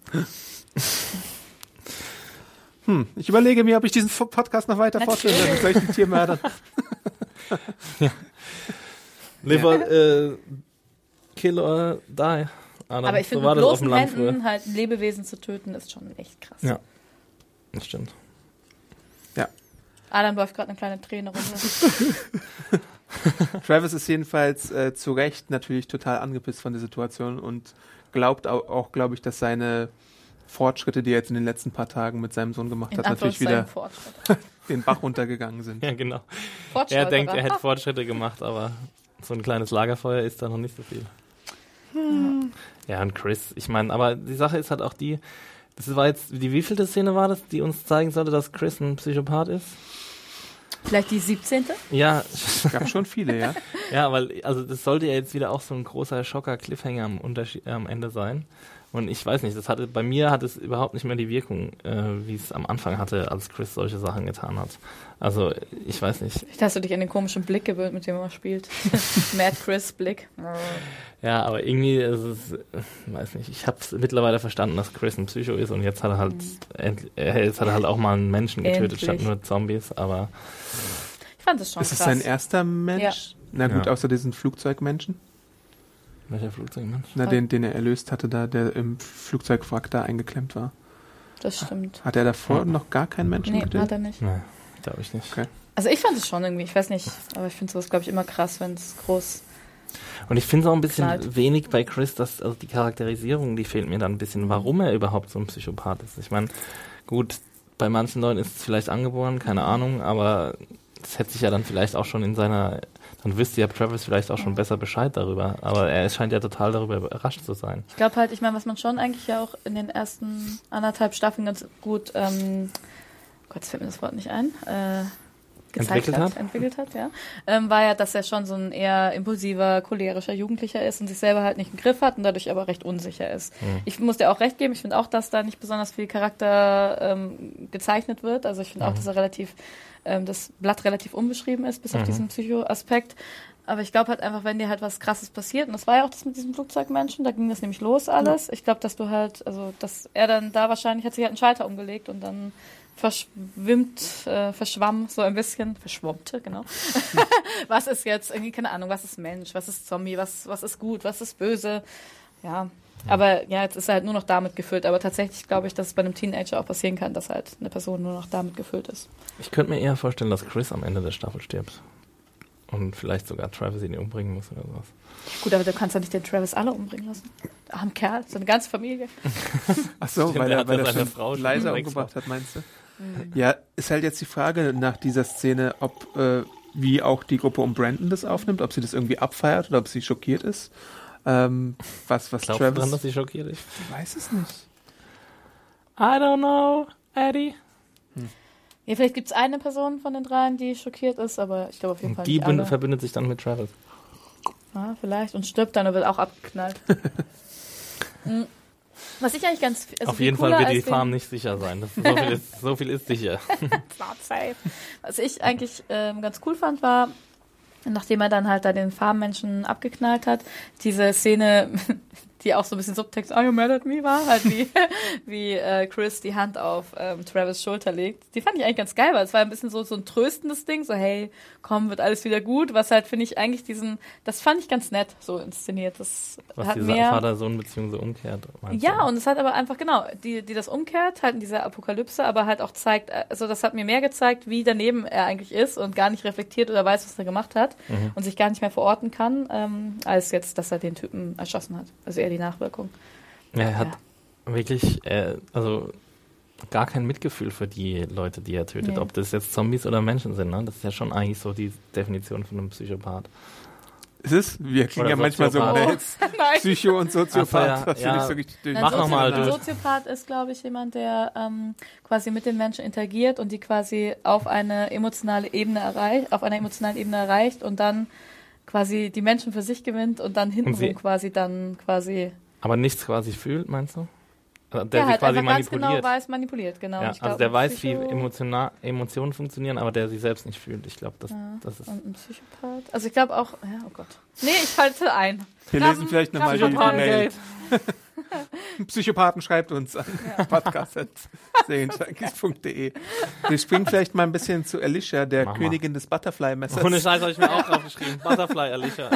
A: Hm, ich überlege mir, ob ich diesen F- Podcast noch weiter
C: Natürlich.
A: fortführen soll mit solchen Tiermördern.
B: Liver, äh, kill or die. Adam,
C: früher. Aber ich
B: so
C: finde,
B: war
C: mit
B: das auf
C: bloßen
B: dem Land früher.
C: Händen halt Lebewesen zu töten, ist schon echt krass.
B: Ja. Das stimmt.
C: Adam läuft gerade eine kleine Träne runter.
A: Travis ist jedenfalls äh, zu Recht natürlich total angepisst von der Situation und glaubt auch, auch glaube ich, dass seine Fortschritte, die er jetzt in den letzten paar Tagen mit seinem Sohn gemacht
C: In
A: hat, natürlich
C: Anführungszeichen
A: wieder
C: Fortschritt.
A: den Bach runtergegangen sind.
B: Ja, genau.
C: Fortschritt.
B: Er denkt, er
C: aber-
B: hätte Fortschritte gemacht, aber so ein kleines Lagerfeuer ist da noch nicht so viel. Ja, und Chris, ich meine, aber die Sache ist halt auch die, das war jetzt, die wievielte Szene war das, die uns zeigen sollte, dass Chris ein Psychopath ist?
C: Vielleicht die 17.
B: Ja,
A: Gab schon viele, ja.
B: ja, weil, also das sollte ja jetzt wieder auch so ein großer Schocker-Cliffhanger am, Unterschied- äh, am Ende sein. Und ich weiß nicht, das hatte bei mir hat es überhaupt nicht mehr die Wirkung, äh, wie es am Anfang hatte, als Chris solche Sachen getan hat. Also ich weiß nicht.
C: Vielleicht hast du dich an den komischen Blick gewöhnt, mit dem er spielt. Mad Chris Blick.
B: Ja, aber irgendwie ist es, äh, weiß nicht. Ich habe es mittlerweile verstanden, dass Chris ein Psycho ist und jetzt hat er halt, end, äh, jetzt hat er halt auch mal einen Menschen getötet
C: Endlich.
B: statt nur Zombies. Aber
C: Ich fand es schon
A: Ist es
C: krass.
A: sein erster Mensch? Na gut,
B: Ja.
A: außer diesen Flugzeugmenschen.
B: welcher Flugzeugmensch?
A: Na,
C: Ah.
A: den, den er erlöst hatte, da der im Flugzeugwrack da eingeklemmt war.
C: das stimmt.
A: Hat er davor noch gar keinen Menschen
C: Nee,
A: getötet?
C: hat er nicht.
B: Nee, glaube ich nicht.
A: Okay.
C: Also ich fand es schon irgendwie, ich weiß nicht, aber ich finde sowas, glaube ich, immer krass, wenn es groß
B: Und ich finde es auch ein bisschen
C: Knallt.
B: wenig bei Chris, dass also die Charakterisierung, die fehlt mir dann ein bisschen, warum er überhaupt so ein Psychopath ist. Ich meine, gut, bei manchen Leuten ist es vielleicht angeboren, keine Ahnung, aber das hätte sich ja dann vielleicht auch schon in seiner, dann wüsste ja Travis vielleicht auch schon besser Bescheid darüber. Aber er scheint ja total darüber überrascht zu sein.
C: Ich glaube halt, ich meine, was man schon eigentlich ja auch in den ersten anderthalb Staffeln ganz gut, ähm, Gott, jetzt fällt mir das Wort nicht ein, äh, gezeigt
B: Entwickelt
C: hat,
B: hat?
C: entwickelt hat, ja, ähm, war ja, dass er schon so ein eher impulsiver, cholerischer Jugendlicher ist und sich selber halt nicht im Griff hat und dadurch aber recht unsicher ist. Ich muss dir auch recht geben, ich finde auch, dass da nicht besonders viel Charakter ähm, gezeichnet wird. Also ich finde auch, dass er relativ, ähm, das Blatt relativ unbeschrieben ist, bis auf diesen Psycho-Aspekt. Aber ich glaube halt einfach, wenn dir halt was Krasses passiert, und das war ja auch das mit diesem Flugzeugmenschen, da ging das nämlich los alles. Ich glaube, dass du halt, also dass er dann da wahrscheinlich hat sich halt einen Schalter umgelegt und dann verschwimmt, äh, verschwamm so ein bisschen, verschwommte, genau. was ist jetzt irgendwie keine Ahnung, was ist Mensch, was ist Zombie, was was ist gut, was ist böse, ja. Aber ja, jetzt ist er halt nur noch damit gefüllt. Aber tatsächlich glaube ich, dass es bei einem Teenager auch passieren kann, dass halt eine Person nur noch damit gefüllt ist.
B: Ich könnte mir eher vorstellen, dass Chris am Ende der Staffel stirbt. Und vielleicht sogar Travis ihn umbringen muss oder sowas.
C: Gut, aber du kannst ja nicht den Travis alle umbringen lassen. Arm Kerl, so eine ganze Familie.
A: Ach so,
B: Stimmt,
A: weil
B: er
A: er,
B: hat
A: weil
B: ja
A: er
B: seine
A: schon
B: Frau schon
A: leiser
B: direkt
A: umgebracht hat, meinst du? Ja, ist halt jetzt die Frage nach dieser Szene, ob äh, wie auch die Gruppe um Brandon das aufnimmt, ob sie das irgendwie abfeiert oder ob sie schockiert ist. Ähm, was was
B: Glaubst du
A: Travis?
B: dran, dass sie schockiert ist?
A: ich weiß es nicht.
B: I don't know, Eddie.
C: Ja, vielleicht gibt es eine Person von den dreien, die schockiert ist, aber ich glaube auf jeden Fall
B: Und die
C: nicht
B: bünd-
C: alle.
B: verbündet sich dann mit Travis.
C: Ja, vielleicht und stirbt dann und wird auch abgeknallt. Mm. Was ich eigentlich ganz also
B: auf
C: viel
B: jeden Fall
C: cooler
B: wird die
C: als den-
B: Farm nicht sicher sein. Das ist so, viel ist, so viel ist sicher.
C: Smart safe. Was ich eigentlich ähm, ganz cool fand, war, nachdem er dann halt da den Farmmenschen abgeknallt hat, diese Szene, die auch so ein bisschen Subtext, are you mad at me, war, halt wie, wie äh, Chris die Hand auf ähm, Travis Schulter legt. Die fand ich eigentlich ganz geil, weil es war ein bisschen so, so ein tröstendes Ding, so hey, komm, wird alles wieder gut, was halt finde ich eigentlich diesen, das fand ich ganz nett so inszeniert. Das
B: Was
C: hat
B: diese
C: mehr,
B: Vater-Sohn-Beziehung so umkehrt. meinst
C: ja,
B: du?
C: und es hat aber einfach, genau, die, die das umkehrt, halt in dieser Apokalypse, aber halt auch zeigt, also das hat mir mehr gezeigt, wie daneben er eigentlich ist und gar nicht reflektiert oder weiß, was er gemacht hat
B: Mhm.
C: und sich gar nicht mehr verorten kann, ähm, als jetzt, dass er den Typen erschossen hat. Also eher die Nachwirkung.
B: Er hat wirklich äh, also gar kein Mitgefühl für die Leute, die er tötet.
C: Nee.
B: Ob das jetzt Zombies oder Menschen sind. Ne? Das ist ja schon eigentlich so die Definition von einem Psychopath.
A: Ist es? Wir klingen
B: Oder
A: ja manchmal so
B: Soziopath.
A: nee, jetzt
C: Oh, Nein.
A: Psycho und Soziopath,
B: Ach so,
A: was
B: ja,
A: wir
B: ja.
A: nicht so richtig durch.
C: Ein
B: Mach noch mal,
C: Soziopath-
B: du.
C: Ein Soziopath ist, glaube ich, jemand, der ähm, quasi mit den Menschen interagiert und die quasi auf eine emotionale Ebene erreicht, auf einer emotionalen Ebene erreicht und dann quasi die Menschen für sich gewinnt und dann
B: sie-
C: hintenrum quasi dann quasi
B: Aber nichts quasi fühlt, meinst du? Also Der
C: Der
B: sich
C: halt
B: quasi
C: einfach ganz genau
B: manipuliert.
C: weiß, manipuliert, genau.
B: ja,
C: Ich glaub,
B: also der
C: ein
B: weiß, wie
C: Psycho
B: emotional, Emotionen funktionieren, aber der sie selbst nicht fühlt. Ich glaube, das, das ist.
C: Und ein Psychopath. Also ich glaube auch, ja, oh Gott. Nee, ich halte ein.
A: Wir
C: Krabben-
A: lesen vielleicht nochmal die
C: Krabbenbraten-
A: Mail. Psychopathen schreibt uns an podcast.serienjunkies.de. Wir springen vielleicht mal ein bisschen zu Alicia, der
B: Mach mal.
A: Königin des Butterfly-Messers.
B: Ohne Scheiß habe ich mir auch aufgeschrieben. Butterfly, Alicia.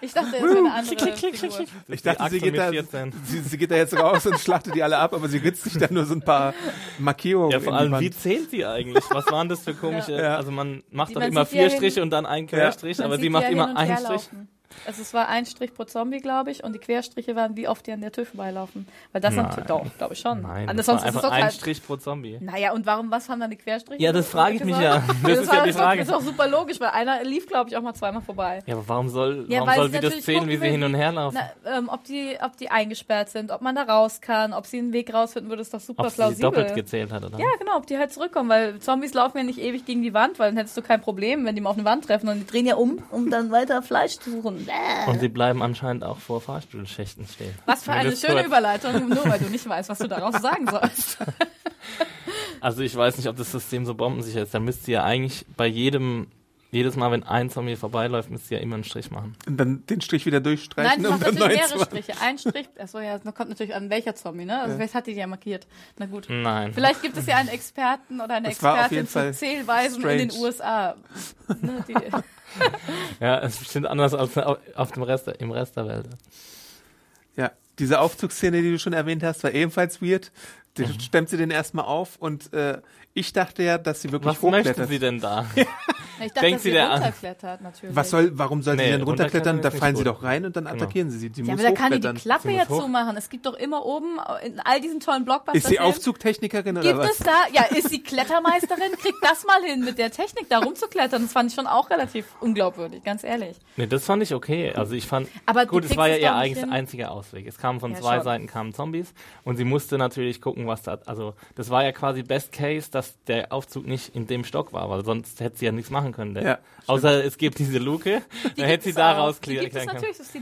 C: Ich dachte, es wäre eine andere Figur.
A: Ich dachte,
B: Die
A: sie geht,
B: Axt mit
A: da,
B: 14.
A: sie, sie geht da jetzt raus und schlachtet die alle ab, aber sie ritzt sich da nur so ein paar Markierungen.
B: Ja, vor
A: in die
B: allem,
A: Wand.
B: wie zählt sie eigentlich? Was waren das für komische.
A: Ja.
B: Also, man macht
C: Die-
B: doch
C: man
B: immer
C: sieht ja
B: vier
C: hin-
B: Striche und dann einen Querstrich,
C: Man
B: aber
C: sieht
B: sie macht
C: ja hin
B: immer
C: und her
B: einen Strich.
C: laufen. Also es war ein Strich pro Zombie, glaube ich, und die Querstriche waren, wie oft die an der Tür vorbeilaufen. Weil das
B: Nein.
C: natürlich doch, glaube ich schon.
B: Nein,
C: Anders
B: das war
C: sonst ist es
B: einfach
C: doch
B: ein
C: halt,
B: Strich pro Zombie.
C: Naja, und warum, was haben dann die Querstriche?
B: Ja, das frage ich mich ja. Das
C: Das,
B: ist
C: war,
B: ja die
C: Das
B: Frage.
C: ist auch super logisch, weil einer lief, glaube ich, auch mal zweimal vorbei.
B: Ja, aber warum soll,
C: Ja,
B: warum
C: weil
B: soll
C: sie
B: sie das
C: natürlich
B: zählen, wie
C: gucken
B: sie hin
C: will.
B: und her laufen?
C: Na, ähm, ob, die, ob die eingesperrt sind, ob man da raus kann, ob sie einen Weg rausfinden würde, ist doch super
B: Ob sie
C: plausibel.
B: doppelt gezählt hat, oder?
C: Ja, genau, ob die halt zurückkommen, weil Zombies laufen ja nicht ewig gegen die Wand, weil dann hättest du kein Problem, wenn die mal auf eine Wand treffen und die drehen ja um, um dann weiter Fleisch zu suchen.
B: Und sie bleiben anscheinend auch vor Fahrstuhlschächten stehen.
C: Was für eine
B: Zumindest
C: schöne
B: kurz.
C: Überleitung, nur weil du nicht weißt, was du darauf sagen sollst.
B: Also ich weiß nicht, ob das System so bombensicher ist. Dann müsst ihr ja eigentlich bei jedem, jedes Mal, wenn ein Zombie vorbeiläuft, müsst ihr ja immer einen Strich machen.
A: Und dann den Strich wieder
C: Nein,
A: durchstreichen
C: ich mache
A: und dann
C: natürlich
A: neu
C: mehrere
A: zwei.
C: Striche. Ein Strich, achso, ja, das kommt natürlich an, welcher Zombie, ne? Also, Vielleicht hat die die ja markiert. Na gut.
B: Nein.
C: Vielleicht gibt es ja einen Experten oder eine
A: Es war auf
C: Expertin
A: jeden
C: zu
A: Fall
C: Zählweisen in den
A: strange.
C: USA. Ne, die,
B: Ja, es ist bestimmt anders als au- auf dem Rest, im Rest der Welt.
A: Ja, diese Aufzugsszene, die du schon erwähnt hast, war ebenfalls weird. Die
B: Mhm.
A: stemmt sie den erstmal auf und äh, ich dachte ja, dass sie wirklich
B: Was möchten
A: hochklettert.
B: sie denn da?
C: ich dachte,
B: Denkt
C: dass
B: sie
C: sie
B: der an?
C: runterklettert, natürlich.
A: Was soll, warum soll
B: Nee,
A: sie denn runterklettern?
B: runterklettern
A: Da
B: ist
A: fallen
B: nicht
A: sie
B: gut. Genau.
A: doch rein und dann attackieren sie sie. Die
C: ja,
A: muss
C: aber da kann die die
A: hochklettern.
C: Klappe
B: Sie muss
C: jetzt
B: hoch.
C: zumachen. Es gibt doch immer oben in all diesen tollen Blockbustern.
A: ist sie Aufzugtechnikerin oder
C: Gibt
A: was?
C: es da, ja, ist sie Klettermeisterin? Kriegt das mal hin, mit der Technik da rumzuklettern. Das fand ich schon auch relativ unglaubwürdig, ganz ehrlich.
B: Nee, das fand ich okay. Also ich fand,
C: Aber du
B: gut, es
C: kriegst
B: war ja
C: es
B: ihr
C: doch nicht
B: eigentlich
C: hin.
B: einziger Ausweg. Es kamen von
C: Ja,
B: zwei
C: schon.
B: Seiten kamen Zombies und sie musste natürlich gucken, was da, also das war ja quasi Best Case, dass der Aufzug nicht in dem Stock war, weil sonst hätte sie ja nichts machen können. Der,
A: Ja,
B: außer es gibt diese Luke, dann hätte sie
C: gibt's
B: da
C: auch. Äh, Die
B: rausklären
C: gibt es
B: können.
C: natürlich, das ist die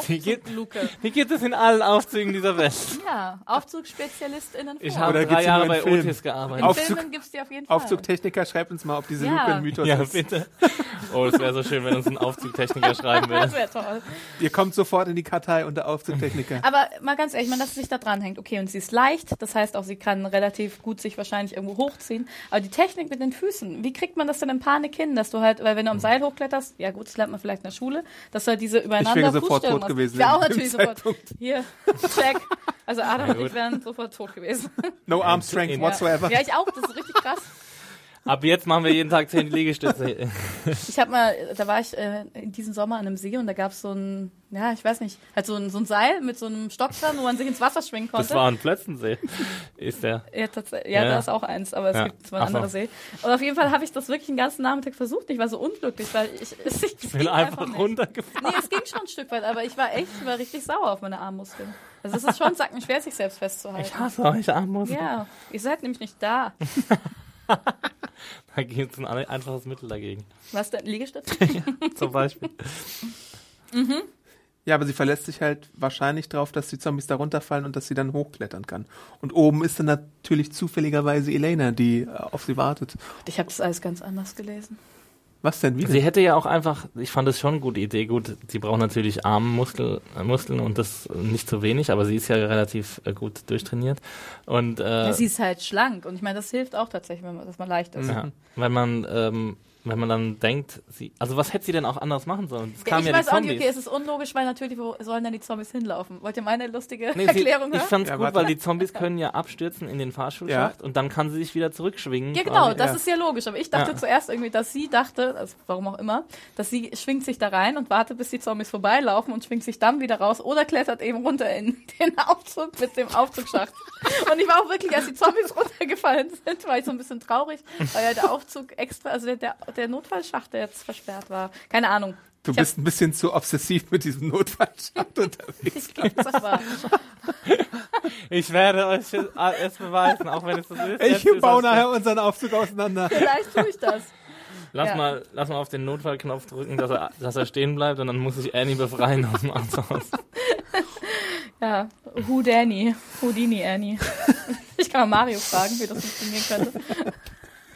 C: Notfallaufzugluke.
B: Wie geht es in allen Aufzügen dieser Welt?
C: Ja, AufzugsspezialistInnen
B: Ich
C: vor.
B: habe
A: Oder
B: drei
A: geht's hier
B: Jahre
A: nur
B: bei
A: in Filmen?
B: Otis gearbeitet.
C: In
A: Auf-
C: Filmen
A: Aufzug-
C: gibt's die auf jeden Fall.
A: Aufzugtechniker, schreibt uns mal, ob diese
C: Ja.
A: Luke ein Mythos
B: ja,
A: ist.
B: bitte. Oh, es wäre so schön, wenn uns ein Aufzugtechniker schreiben würde.
C: Das wäre toll.
A: Ihr kommt sofort in die Kartei unter Aufzugtechniker.
C: Aber mal ganz ehrlich, man, dass sie sich da dran hängt. Okay, und sie ist leicht, das heißt auch, sie kann relativ gut sich wahrscheinlich irgendwo hochziehen. Aber die Technik mit den Füßen, wie kriegt man das denn in Panik hin, dass du halt, weil wenn du am Seil hochkletterst, ja gut, das lernt man vielleicht in der Schule, dass du halt diese übereinander
A: Mhm. wäre sofort
C: Fußstellung
A: tot
C: machst.
A: gewesen
C: Ich wäre
A: in
C: auch
A: dem
C: natürlich sofort. Hier, check. Also Adam
B: Ja,
C: und ich
B: gut.
C: wären sofort tot gewesen.
A: No arm strength
B: in-
A: whatsoever.
C: Ja, ich auch, das ist richtig krass.
B: Ab jetzt machen wir jeden Tag zehn Liegestütze.
C: Ich habe mal, da war ich äh, in diesem Sommer an einem See und da gab es so ein, ja, ich weiß nicht, halt so ein, so ein Seil mit so einem Stock dran, wo man sich ins Wasser schwingen konnte.
B: Das war ein Plötzensee. Ist der.
C: ja, tatsächlich, ja,
B: Ja.
C: da ist auch eins, aber es
B: Ja.
C: gibt zwar ein
B: Ach so.
C: anderes See. Und auf jeden Fall habe ich das wirklich den ganzen Nachmittag versucht. Ich war so unglücklich, weil ich, es, ich
B: Ich bin einfach
C: nicht.
B: runtergefallen.
C: Nee, es ging schon ein Stück weit, aber ich war echt, ich war richtig sauer auf meine Armmuskeln. Also es ist schon sackenschwer, sich selbst festzuhalten.
B: Ich hasse euch Armmuskeln.
C: ja, ihr seid nämlich nicht da.
B: Da gibt es ein ein einfaches Mittel dagegen.
C: Was denn, Liegestütze?
B: Zum Beispiel.
A: Ja, aber sie verlässt sich halt wahrscheinlich drauf, dass die Zombies da runterfallen und dass sie dann hochklettern kann. Und oben ist dann natürlich zufälligerweise Elena, die äh, auf sie wartet.
C: Ich habe das alles ganz anders gelesen.
A: Was denn wieder?
B: Sie hätte ja auch einfach, ich fand das schon eine gute Idee. Gut, sie braucht natürlich Armmuskeln äh, Muskeln und das nicht zu wenig, aber sie ist ja relativ äh, gut durchtrainiert. Und, äh,
C: Ja, sie ist halt schlank und ich meine, das hilft auch tatsächlich, wenn man, dass man leicht ist.
B: Ja, wenn man, ähm, wenn man dann denkt, sie, also was hätte sie denn auch anders machen sollen? Es
C: Ja,
B: kamen
C: ich
B: ja,
C: weiß
B: die
C: auch
B: Zombies.
C: nicht, okay, es ist unlogisch, weil natürlich, wo sollen denn die Zombies hinlaufen? Wollt ihr meine lustige
B: Nee, sie,
C: Erklärung
B: ich
C: hören?
B: fand's
A: Ja,
B: gut,
A: warte.
B: weil die Zombies können ja abstürzen in den Fahrstuhlschacht und dann kann sie sich wieder zurückschwingen.
C: Ja, genau,
B: quasi.
C: das
A: ja.
C: ist ja logisch. Aber ich dachte
B: Ja.
C: zuerst irgendwie, dass sie dachte, also warum auch immer, dass sie schwingt sich da rein und wartet, bis die Zombies vorbeilaufen und schwingt sich dann wieder raus oder klettert eben runter in den Aufzug mit dem Aufzugschacht. und ich war auch wirklich, als die Zombies runtergefallen sind, war ich so ein bisschen traurig, weil ja der Aufzug extra, also der, der, der Notfallschacht, der jetzt versperrt war. Keine Ahnung.
A: Du
C: Ich hab-
A: bist ein bisschen zu obsessiv mit diesem Notfallschacht unterwegs.
C: Ich glaube, das war.
B: Ich werde euch es beweisen, auch wenn es das ist. Jetzt
A: Ich
B: ist
A: baue
B: das-
A: nachher unseren Aufzug auseinander.
C: Vielleicht tue ich das.
B: Lass,
C: Ja.
B: mal, lass mal auf den Notfallknopf drücken, dass er, dass er stehen bleibt und dann muss ich Annie befreien aus dem Arzt.
C: Ja, Who Danny? Houdini Annie. Ich kann mal Mario fragen, wie das funktionieren könnte.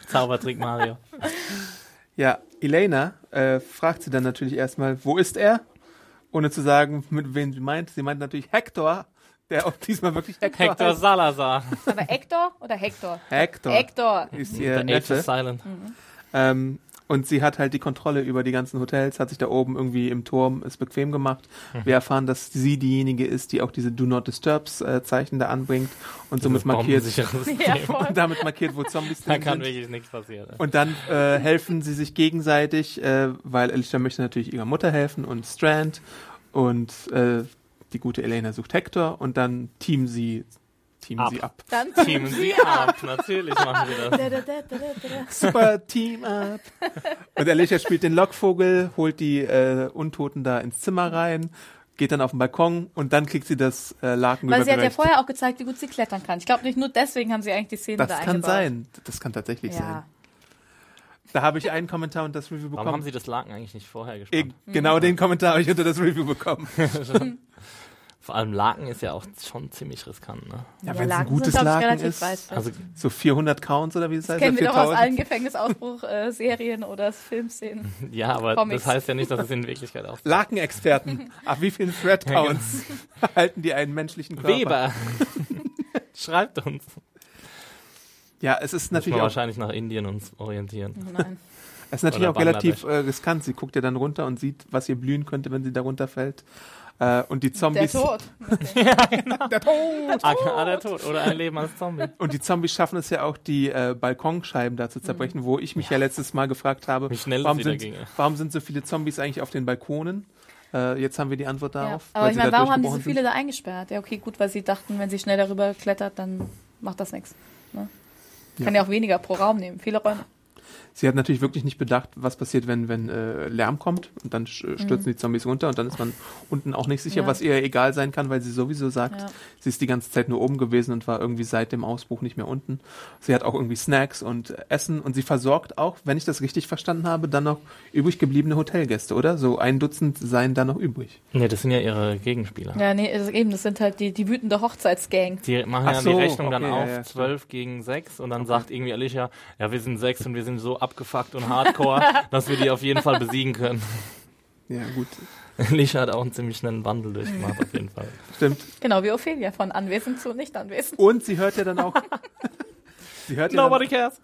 B: Zaubertrick Mario.
A: Ja, Elena äh, fragt sie dann natürlich erstmal, wo ist er? Ohne zu sagen, mit wem sie meint. Sie meint natürlich Hector, der auch diesmal wirklich Hector,
B: Hector
A: heißt.
B: Salazar.
C: Aber Hector oder Hector?
A: Hector.
C: Hector.
A: ist
B: The
A: ihr
B: Age
A: Neffe.
B: is Silent.
A: Ähm, und sie hat halt die Kontrolle über die ganzen Hotels, hat sich da oben irgendwie im Turm es bequem gemacht.
B: Mhm.
A: Wir erfahren, dass sie diejenige ist, die auch diese Do Not Disturbs äh, Zeichen da anbringt und somit markiert,
B: Bombensicheres
C: Ja,
B: System.
C: voll.
A: und damit markiert, wo Zombies
B: Da
A: drin
B: kann
A: sind.
B: wirklich nichts passieren.
A: Und dann äh, helfen sie sich gegenseitig, äh, weil Alicia möchte natürlich ihrer Mutter helfen und Strand und äh, die gute Elena sucht Hector und dann teamen sie, teamen
B: Ab.
A: sie ab.
C: Dann
B: Teamen sie ab. Natürlich machen wir das.
C: Da, da, da, da, da, da.
A: Super Team Up. Und Alicia spielt den Lockvogel, holt die äh, Untoten da ins Zimmer rein, geht dann auf den Balkon und dann kriegt sie das äh, Laken
C: Weil sie hat ja
A: übergereicht.
C: vorher auch gezeigt, wie gut sie klettern kann. Ich glaube nicht nur deswegen haben sie eigentlich die Szene
A: Das
C: da
A: kann
C: eingebaut.
A: sein. Das kann tatsächlich
C: Ja.
A: Da habe ich einen Kommentar und das Review bekommen.
B: Warum haben Sie das Laken eigentlich nicht vorher
A: Eh,
B: gespannt?
A: genau den Kommentar habe ich unter das Review bekommen.
B: Vor allem Laken ist ja auch schon ziemlich riskant, ne?
A: Ja,
C: Ja,
A: wenn's
C: Laken Also sind, glaub ich, relativ weiß.
B: Also
A: so 400 Counts oder wie es heißt,
C: Kennen wir
A: oder
C: doch aus
A: 4000.
C: allen Gefängnisausbruch-Serien oder Filmszenen.
B: ja, aber
C: Comics.
B: das heißt ja nicht, dass es in Wirklichkeit auch
A: Lakenexperten. Ab wie vielen Thread Counts halten die einen menschlichen Körper?
B: genau. Weber. Schreibt uns.
A: Ja, es ist
B: Müssen
A: natürlich
B: wir
A: auch,
B: wahrscheinlich nach Indien uns orientieren.
C: Nein.
A: es ist natürlich
B: oder
A: auch relativ äh, riskant. Sie guckt ja dann runter und sieht, was ihr blühen könnte, wenn sie da runterfällt. Äh, und die
C: Der
A: Zombies
C: Tod.
B: Aka Ah, der Tod oder ein Leben als Zombie.
A: und die Zombies schaffen es ja auch, die äh, Balkonscheiben da zu zerbrechen,
C: Mhm.
A: wo ich mich ja. letztes Mal gefragt habe,
B: Wie schnell es
A: warum
B: wieder
A: sind,
B: ginge.
A: warum sind so viele Zombies eigentlich auf den Balkonen? Äh, jetzt haben wir die Antwort
C: Ja.
A: darauf.
C: Aber
A: weil
C: ich
A: sie
C: meine,
A: da
C: warum haben die so
A: durchgebrochen
C: viele da eingesperrt? Ja, okay, gut, weil sie dachten, wenn sie schnell darüber klettert, dann macht das nichts. Ne? Kann ja auch weniger pro Raum nehmen, viele Räume.
A: Sie hat natürlich wirklich nicht bedacht, was passiert, wenn, wenn äh, Lärm kommt und dann sch- äh, stürzen die Zombies runter und dann ist man unten auch nicht sicher,
C: Mhm. Ja.
A: was ihr egal sein kann, weil sie sowieso sagt,
C: Ja.
A: sie ist die ganze Zeit nur oben gewesen und war irgendwie seit dem Ausbruch nicht mehr unten. Sie hat auch irgendwie Snacks und Essen und sie versorgt auch, wenn ich das richtig verstanden habe, dann noch übrig gebliebene Hotelgäste, oder? So ein Dutzend seien da noch übrig.
B: Nee, das sind ja ihre Gegenspieler.
C: Ja, nee, das, eben, das sind halt die, die wütende Hochzeitsgang.
B: Die machen
A: Ach
B: ja
A: so,
B: die Rechnung dann
A: okay, ja,
B: auf,
A: ja,
B: 12 gegen 6 und dann sagt irgendwie Alicia, ja, wir sind 6 und wir sind so abgefuckt und hardcore, dass wir die auf jeden Fall besiegen können.
A: Ja, gut.
B: Alicia hat auch einen ziemlich schnellen Wandel durchgemacht, auf jeden Fall.
A: Stimmt.
C: Genau, wie Ophelia, von anwesend zu nicht anwesend.
A: Und sie hört ja dann auch. sie hört ja dann,
B: cares.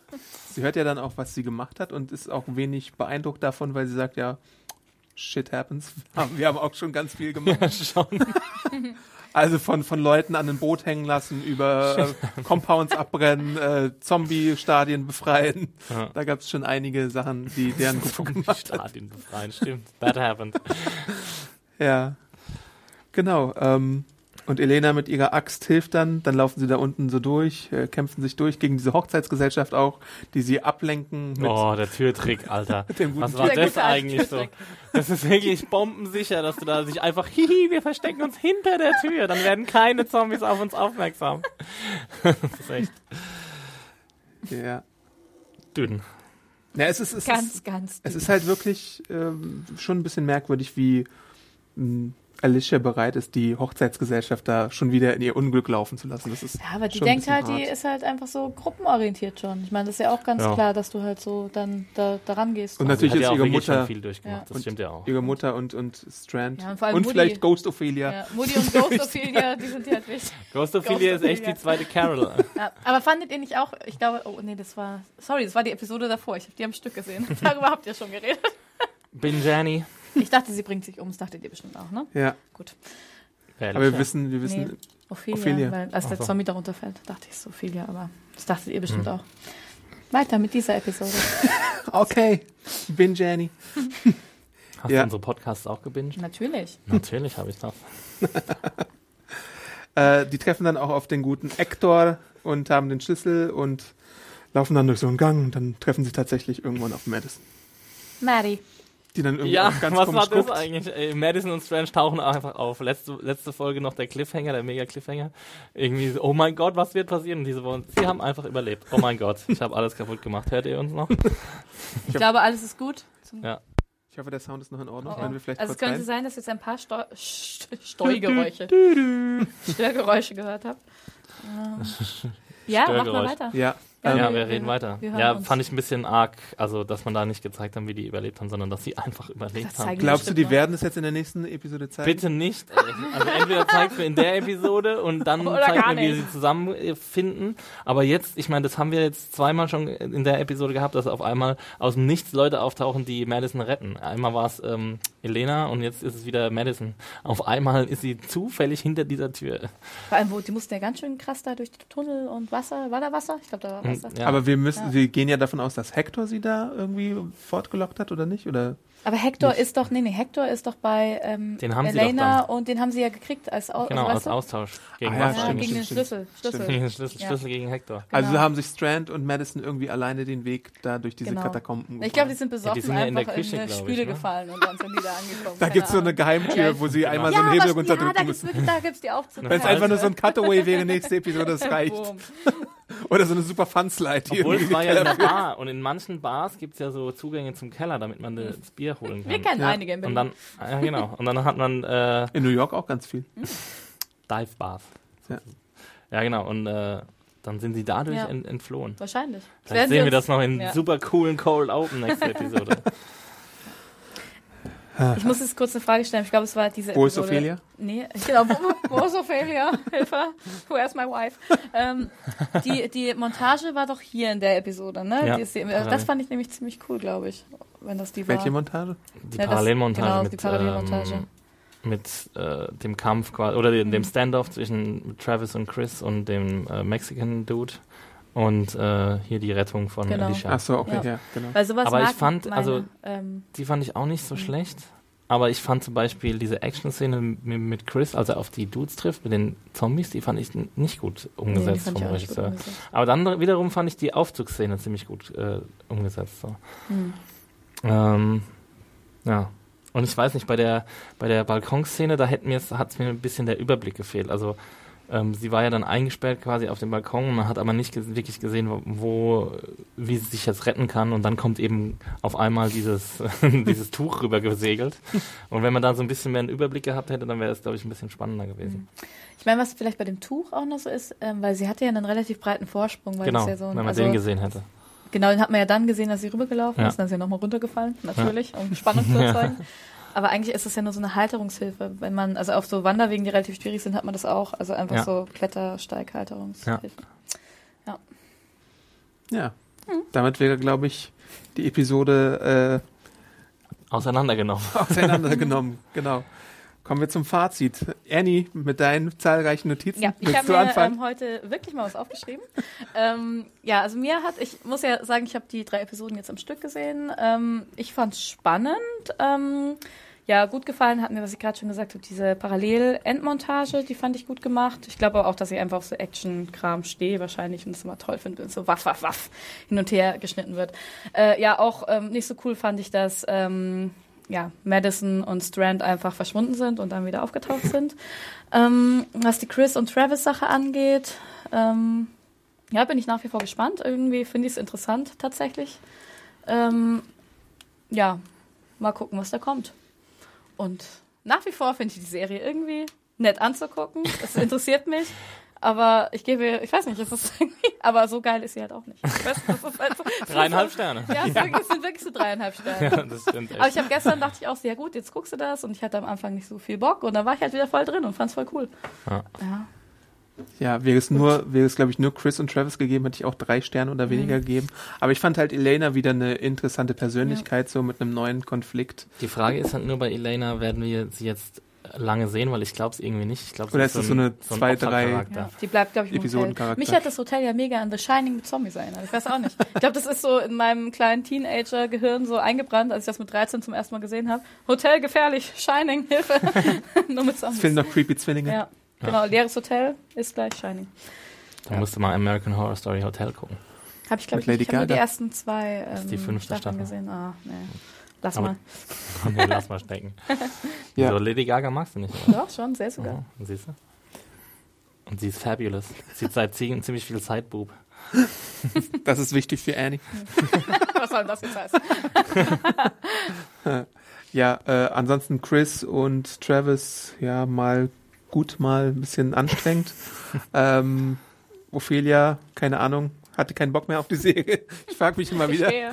A: Sie hört ja dann auch, was sie gemacht hat und ist auch wenig beeindruckt davon, weil sie sagt ja, shit happens. Wir haben auch schon ganz viel gemacht.
B: Schon.
A: Also von, von Leuten an ein Boot hängen lassen, über äh, Compounds abbrennen, äh, Zombie-Stadien befreien.
B: Ja.
A: Da gab es schon einige Sachen, die deren Gruppe gemacht hat.
B: Stadien befreien, stimmt. That happened.
A: Ja. Genau. Ähm, und Elena mit ihrer Axt hilft dann, dann laufen sie da unten so durch, äh, kämpfen sich durch gegen diese Hochzeitsgesellschaft auch, die sie ablenken mit
B: Oh, der Türtrick, Alter.
A: dem guten
B: Was war
C: Sehr
B: das
C: guter
B: eigentlich so?
C: Türtrick.
B: Das ist wirklich bombensicher, dass du da sich einfach, hihi, wir verstecken uns hinter der Tür, dann werden keine Zombies auf uns aufmerksam. Das ist echt
A: Ja.
B: dünn.
A: Na, es ist, es ist,
C: Ganz, ganz.
A: Es ist halt wirklich ähm, schon ein bisschen merkwürdig, wie mh, Alicia bereit ist, die Hochzeitsgesellschaft da schon wieder in ihr Unglück laufen zu lassen. Das ist
C: Ja, aber die
A: schon ein
C: denkt
A: bisschen
C: halt, die
A: hart.
C: ist halt einfach so gruppenorientiert schon. Ich meine, das ist ja auch ganz
B: Ja.
C: klar, dass du halt so dann da, daran gehst.
A: Und
B: Also
A: natürlich
B: hat
A: ist
B: ja auch
A: ihre
B: wirklich
A: Mutter-
B: schon viel durchgemacht,
C: Ja.
B: das stimmt ja auch.
A: Ihre Mutter und, und Strand.
C: Ja, und vor allem Moody.
A: vielleicht Ghost Ophelia.
C: ja, Moody und Ghost Ophelia, die sind die halt wichtig.
B: Ghost Ophelia ist echt die zweite Carol.
C: Ja, aber fandet ihr nicht auch, ich glaube, oh nee, das war, sorry, das war die Episode davor, ich habe die am Stück gesehen. Darüber habt ihr schon geredet.
B: Bin Jenny.
C: Ich dachte, sie bringt sich um, das dachtet ihr bestimmt auch, ne?
A: Ja,
C: Gut.
A: aber wir wissen, wir wissen,
C: Nee, Ophelia,
A: Ophelia.
C: weil als der
B: Ach so. Hm.
C: Zombie darunter fällt, dachte ich, es ist Ophelia, aber das dachtet ihr bestimmt auch. Weiter mit dieser Episode.
A: okay, bin Jenny.
B: Hast
A: Ja.
B: du unsere Podcasts auch gebinged?
C: Natürlich.
B: Natürlich habe ich das.
A: Äh, die treffen dann auch auf den guten Hector und haben den Schlüssel und laufen dann durch so einen Gang und dann treffen sie tatsächlich irgendwann auf Madison.
C: Mary.
A: Die dann irgendwie
B: Ja,
A: auch ganz
B: was
A: komisch
B: war das
A: guckt.
B: eigentlich? Ey, Madison und Strange tauchen auch einfach auf. Letzte, letzte Folge noch der Cliffhanger, der Mega-Cliffhanger. Irgendwie, so, oh mein Gott, was wird passieren? Und diese Woche, sie haben einfach überlebt. Oh mein Gott, ich habe alles kaputt gemacht. Hört ihr uns noch?
C: Ich glaube, alles ist gut. Zum
B: Ja.
A: Ich hoffe, der Sound ist noch in Ordnung.
C: Oh, oh.
A: Hören wir vielleicht
C: also es
A: kurz
C: könnte
A: rein.
C: sein, dass ich jetzt ein paar Steu St Steugeräusche, Störgeräusche gehört habe. Ähm, Ja, mach mal
B: Störgeräusch.
C: weiter.
A: Ja,
C: Ja,
A: ähm,
B: Ja,
C: wir-
B: wir reden weiter.
C: wir hören
B: ja,
C: uns.
B: fand ich ein bisschen arg, also dass man da nicht gezeigt haben, wie die überlebt haben, sondern dass sie einfach überlebt
C: Das
B: haben.
C: zeigen
A: Glaubst du,
C: Stimmt
A: die
C: noch.
A: werden es jetzt in der nächsten Episode zeigen?
B: Bitte nicht. Ey. Also entweder zeigt mir in der Episode und dann
C: Oder
B: zeigt
C: gar
B: mir, wie
C: nicht.
B: sie zusammenfinden. Aber jetzt, ich meine, das haben wir jetzt zweimal schon in der Episode gehabt, dass auf einmal aus dem Nichts Leute auftauchen, die Madison retten. Einmal war es ähm, Elena und jetzt ist es wieder Madison. Auf einmal ist sie zufällig hinter dieser Tür.
C: Vor allem, wo, die mussten ja ganz schön krass da durch die Tunnel und Wasser. War da Wasser? Ich glaube, da war Wasser.
B: Hm, Ja.
A: Aber wir müssen, wir gehen ja davon aus, dass Hector sie da irgendwie fortgelockt hat oder nicht? Oder
C: Aber Hector ist doch, nee, nee, Hector ist doch bei ähm,
B: Den haben sie
C: Elena
B: doch
C: und den haben sie ja gekriegt als Au
B: Genau,
C: also,
B: als
C: weißt
B: Austausch. Gegen
A: Ah,
C: du?
A: Ja,
B: Wasser.
C: ja,
A: stimmt,
C: gegen den
A: stimmt,
C: Schlüssel.
A: stimmt.
C: Schlüssel.
B: Gegen den Schlüssel,
C: Ja.
B: Schlüssel gegen Hector.
A: also
C: Genau.
A: haben sich Strand und Madison irgendwie alleine den Weg da durch diese
C: Genau.
A: Katakomben
C: Ich glaube,
A: gefahren.
C: die sind besoffen
B: sind ja in
C: einfach
B: der
C: in,
B: Küche,
C: eine
B: glaub ich,
C: Spüle
B: ne?
C: gefallen und dann sind die da angekommen.
A: da
C: Keine
A: gibt's so eine
C: Ahnung.
A: Geheimtür, wo sie
B: Genau.
A: einmal so einen
C: ja,
A: Hebel
C: aber-
A: runterdrücken
C: ja, da gibt's
A: müssen.
C: wirklich, da gibt's die Aufzug.
A: Wenn es einfach nur so ein Cutaway wäre, nächste Episode, das reicht.
C: Boom.
A: Oder so eine super Fun-Slide. die
B: Obwohl
A: irgendwie
B: es war
A: die
B: ja in
A: Keller-
B: der Bar und in manchen Bars gibt's ja so Zugänge zum Keller, damit man das Bier holen kann.
C: Mhm. Wir kennen
A: Ja.
C: einige in
B: und
C: Berlin.
B: dann, ja genau, und dann hat man äh,
A: in New York auch ganz viel.
B: Dive-Bars.
A: Ja.
B: Ja genau, und äh, dann sind sie dadurch
C: Ja.
B: ent entflohen.
C: Wahrscheinlich.
B: Vielleicht sehen wir das noch in
C: ja.
B: super coolen Cold Open nächste Episode.
C: Ich muss jetzt kurz eine Frage stellen. Ich glaube, es war diese.
A: Wo ist
C: Episode-
A: Ophelia?
C: Nee, genau. Wo, wo ist Ophelia? Hilfe. Where's my wife? Ähm, die, die Montage war doch hier in der Episode, ne?
B: Ja.
C: Die ist, die- das fand ich nämlich ziemlich cool, glaube ich. Wenn das die war.
A: Welche Montage?
B: Die
C: Ja, das-
B: Parallelmontage
C: genau,
B: mit,
C: die Parallelmontage. Mhm.
B: Ähm, mit äh, dem Kampf quasi, oder dem, dem Standoff zwischen Travis und Chris und dem äh, Mexican Dude und äh, hier die Rettung von
C: Genau.
B: Alicia.
A: Ach so, okay,
C: Ja.
A: ja, genau.
C: Weil sowas
B: Aber ich
C: mag
B: fand, also-
C: ähm,
B: Die fand ich auch nicht so schlecht. Aber ich fand zum Beispiel diese Action-Szene mit, mit Chris, als er auf die Dudes trifft, mit den Zombies, die fand ich n- nicht gut
C: nee, die
B: umgesetzt
C: fand ich
B: vom
C: auch nicht gut
B: Regisseur.
C: umgesetzt.
B: Aber dann wiederum fand ich die Aufzugsszene ziemlich gut äh, umgesetzt. So.
C: Hm.
B: Ähm, ja. Und ich weiß nicht, bei der, bei der Balkonszene, da hat mir hat's mir ein bisschen der Überblick gefehlt. Also ähm, sie war ja dann eingesperrt quasi auf dem Balkon, man hat aber nicht ges wirklich gesehen, wo, wo, wie sie sich jetzt retten kann. Und dann kommt eben auf einmal dieses, dieses Tuch rüber gesegelt. Und wenn man da so ein bisschen mehr einen Überblick gehabt hätte, dann wäre es, glaube ich, ein bisschen spannender
C: Mhm.
B: gewesen.
C: Ich meine, was vielleicht bei dem Tuch auch noch so ist, ähm, weil sie hatte ja einen relativ breiten Vorsprung, weil
B: Genau,
C: das ja so ein,
B: wenn man
C: also,
B: den gesehen hätte.
C: Genau, den hat man ja dann gesehen, als sie rübergelaufen
B: Ja.
C: ist, dann ist sie nochmal runtergefallen, natürlich, um Spannung zu erzeugen. Aber eigentlich ist es ja nur so eine Halterungshilfe, wenn man, also auf so Wanderwegen, die relativ schwierig sind, hat man das auch. Also einfach
B: Ja.
C: so Klettersteighalterungshilfe.
A: Ja.
C: Hm.
A: Damit wäre, glaube ich, die Episode
B: Auseinandergenommen.
A: äh, auseinandergenommen. genau. Kommen wir zum Fazit. Annie, mit deinen zahlreichen Notizen
C: Ja, ich
A: willst
C: habe
A: du
C: mir
A: anfangen?
C: ähm, heute wirklich mal was aufgeschrieben. ähm, ja, also mir hat, ich muss ja sagen, ich habe die drei Episoden jetzt am Stück gesehen. Ähm, ich fand es spannend. Ähm, ja, gut gefallen hat mir, was ich gerade schon gesagt habe, diese Parallel-Endmontage, die fand ich gut gemacht. Ich glaube aber auch, dass ich einfach auf so Action-Kram stehe wahrscheinlich und es immer toll finde, wenn so waff, waff, waff hin und her geschnitten wird. Äh, ja, auch ähm, nicht so cool fand ich, dass ähm, ja, Madison und Strand einfach verschwunden sind und dann wieder aufgetaucht sind. Ähm, was die Chris und Travis Sache angeht, ähm, ja, bin ich nach wie vor gespannt. Irgendwie finde ich es interessant tatsächlich. Ähm, ja, mal gucken, was da kommt. Und nach wie vor finde ich die Serie irgendwie nett anzugucken. Es interessiert mich. Aber ich gebe, ich weiß nicht, es ist irgendwie, aber so geil ist sie halt auch nicht. Ich weiß, das ist einfach,
B: Dreieinhalb Sterne.
C: Ja, es sind- es sind wirklich so dreieinhalb Sterne.
B: Ja, das stimmt echt.
C: Aber ich habe gestern dachte ich auch, so, ja gut, jetzt guckst du das und ich hatte am Anfang nicht so viel Bock und dann war ich halt wieder voll drin und fand's voll cool.
B: Ja.
C: Ja. ähm,
A: Ja, wäre es nur, wäre es glaube ich nur Chris und Travis gegeben, hätte ich auch drei Sterne oder
C: Mhm.
A: weniger gegeben. Aber ich fand halt Elena wieder eine interessante Persönlichkeit, so mit einem neuen Konflikt.
B: Die Frage ist halt nur bei Elena, werden wir sie jetzt lange sehen, weil ich glaube es irgendwie nicht. Ich glaub,
A: Oder ist es so eine
B: ein
A: zwei, drei-
B: Opfercharakter.
C: Die bleibt, glaube ich, im Hotel.
A: Episodencharakter.
C: Mich hat das Hotel ja mega an The Shining mit Zombies erinnert. Ich weiß auch nicht. Ich glaube, das ist so in meinem kleinen Teenager-Gehirn so eingebrannt, als ich das mit 13 zum ersten Mal gesehen habe. Hotel gefährlich, Shining, Hilfe. Nur mit
A: Es
C: Zombies.
A: fehlen noch Creepy Zwillinge.
C: Ja, genau. Leeres Hotel ist gleich Shining.
B: Da musste mal American Horror Story Hotel gucken.
C: Habe ich, glaube
A: Mit
C: ich, nicht. ich
A: Lady
C: habe nur die
A: Gaga.
C: ersten zwei ähm,
B: Ist die fünfte
C: Staffeln
B: Staffel.
C: gesehen. Ah, nee. Lass
B: Aber-
C: mal.
B: nee, lass mal stecken.
A: Ja.
B: So, Lady Gaga magst du nicht. Oder?
C: Doch, schon, sehr sogar.
B: Ja, siehst du? Und sie ist fabulous. Sie hat seit zehn ziemlich viel Zeitbub.
A: Das ist wichtig für Annie.
C: Was soll das jetzt heißen?
A: Ja, äh, ansonsten Chris und Travis, ja, mal gut, mal ein bisschen anstrengend. ähm, Ophelia, keine Ahnung, hatte keinen Bock mehr auf die Serie. Ich frage mich immer wieder.
C: Verstehe.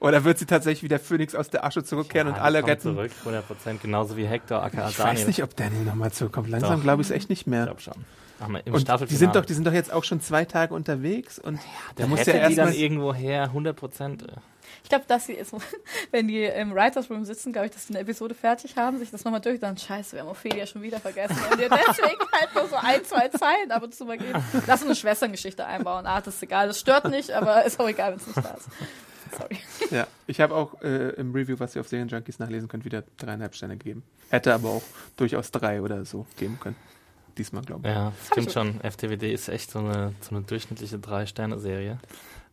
A: Oder wird sie tatsächlich wie der Phönix aus der Asche zurückkehren und
B: Ja,
A: alle
B: kommt
A: retten?
B: zurück, 100 Prozent. Genauso wie Hector aka
A: Ich weiß
B: Daniel.
A: nicht, ob Daniel nochmal zurückkommt. Langsam
B: Doch.
A: glaube ich es echt nicht
B: Ich
A: mehr.
B: glaube schon. Ach, im
A: Und
B: Staffelfinale.
A: die sind doch, die sind doch jetzt auch schon zwei Tage unterwegs und da
B: der
A: muss
B: muss
A: ja
B: die dann
A: erstmal.
B: irgendwo her, 100 Prozent.
C: Ich glaube, dass sie ist, wenn die im Writers Room sitzen, glaube ich, dass sie eine Episode fertig haben, sich das nochmal durch, dann scheiße, wir haben Ophelia schon wieder vergessen. Und ihr deswegen halt nur so ein, zwei Zeilen ab und zu mal geben. Lass uns eine Schwesterngeschichte einbauen. Ah, das ist egal, das stört nicht, aber ist auch egal, wenn es nicht da ist. Sorry.
A: Ja, ich habe auch äh, im Review, was ihr auf Serienjunkies nachlesen könnt, wieder dreieinhalb Sterne gegeben. Hätte aber auch durchaus drei oder so geben können. Diesmal glaube ich.
B: Ja, stimmt schon. FTWD ist echt so eine, so eine durchschnittliche Drei-Sterne-Serie.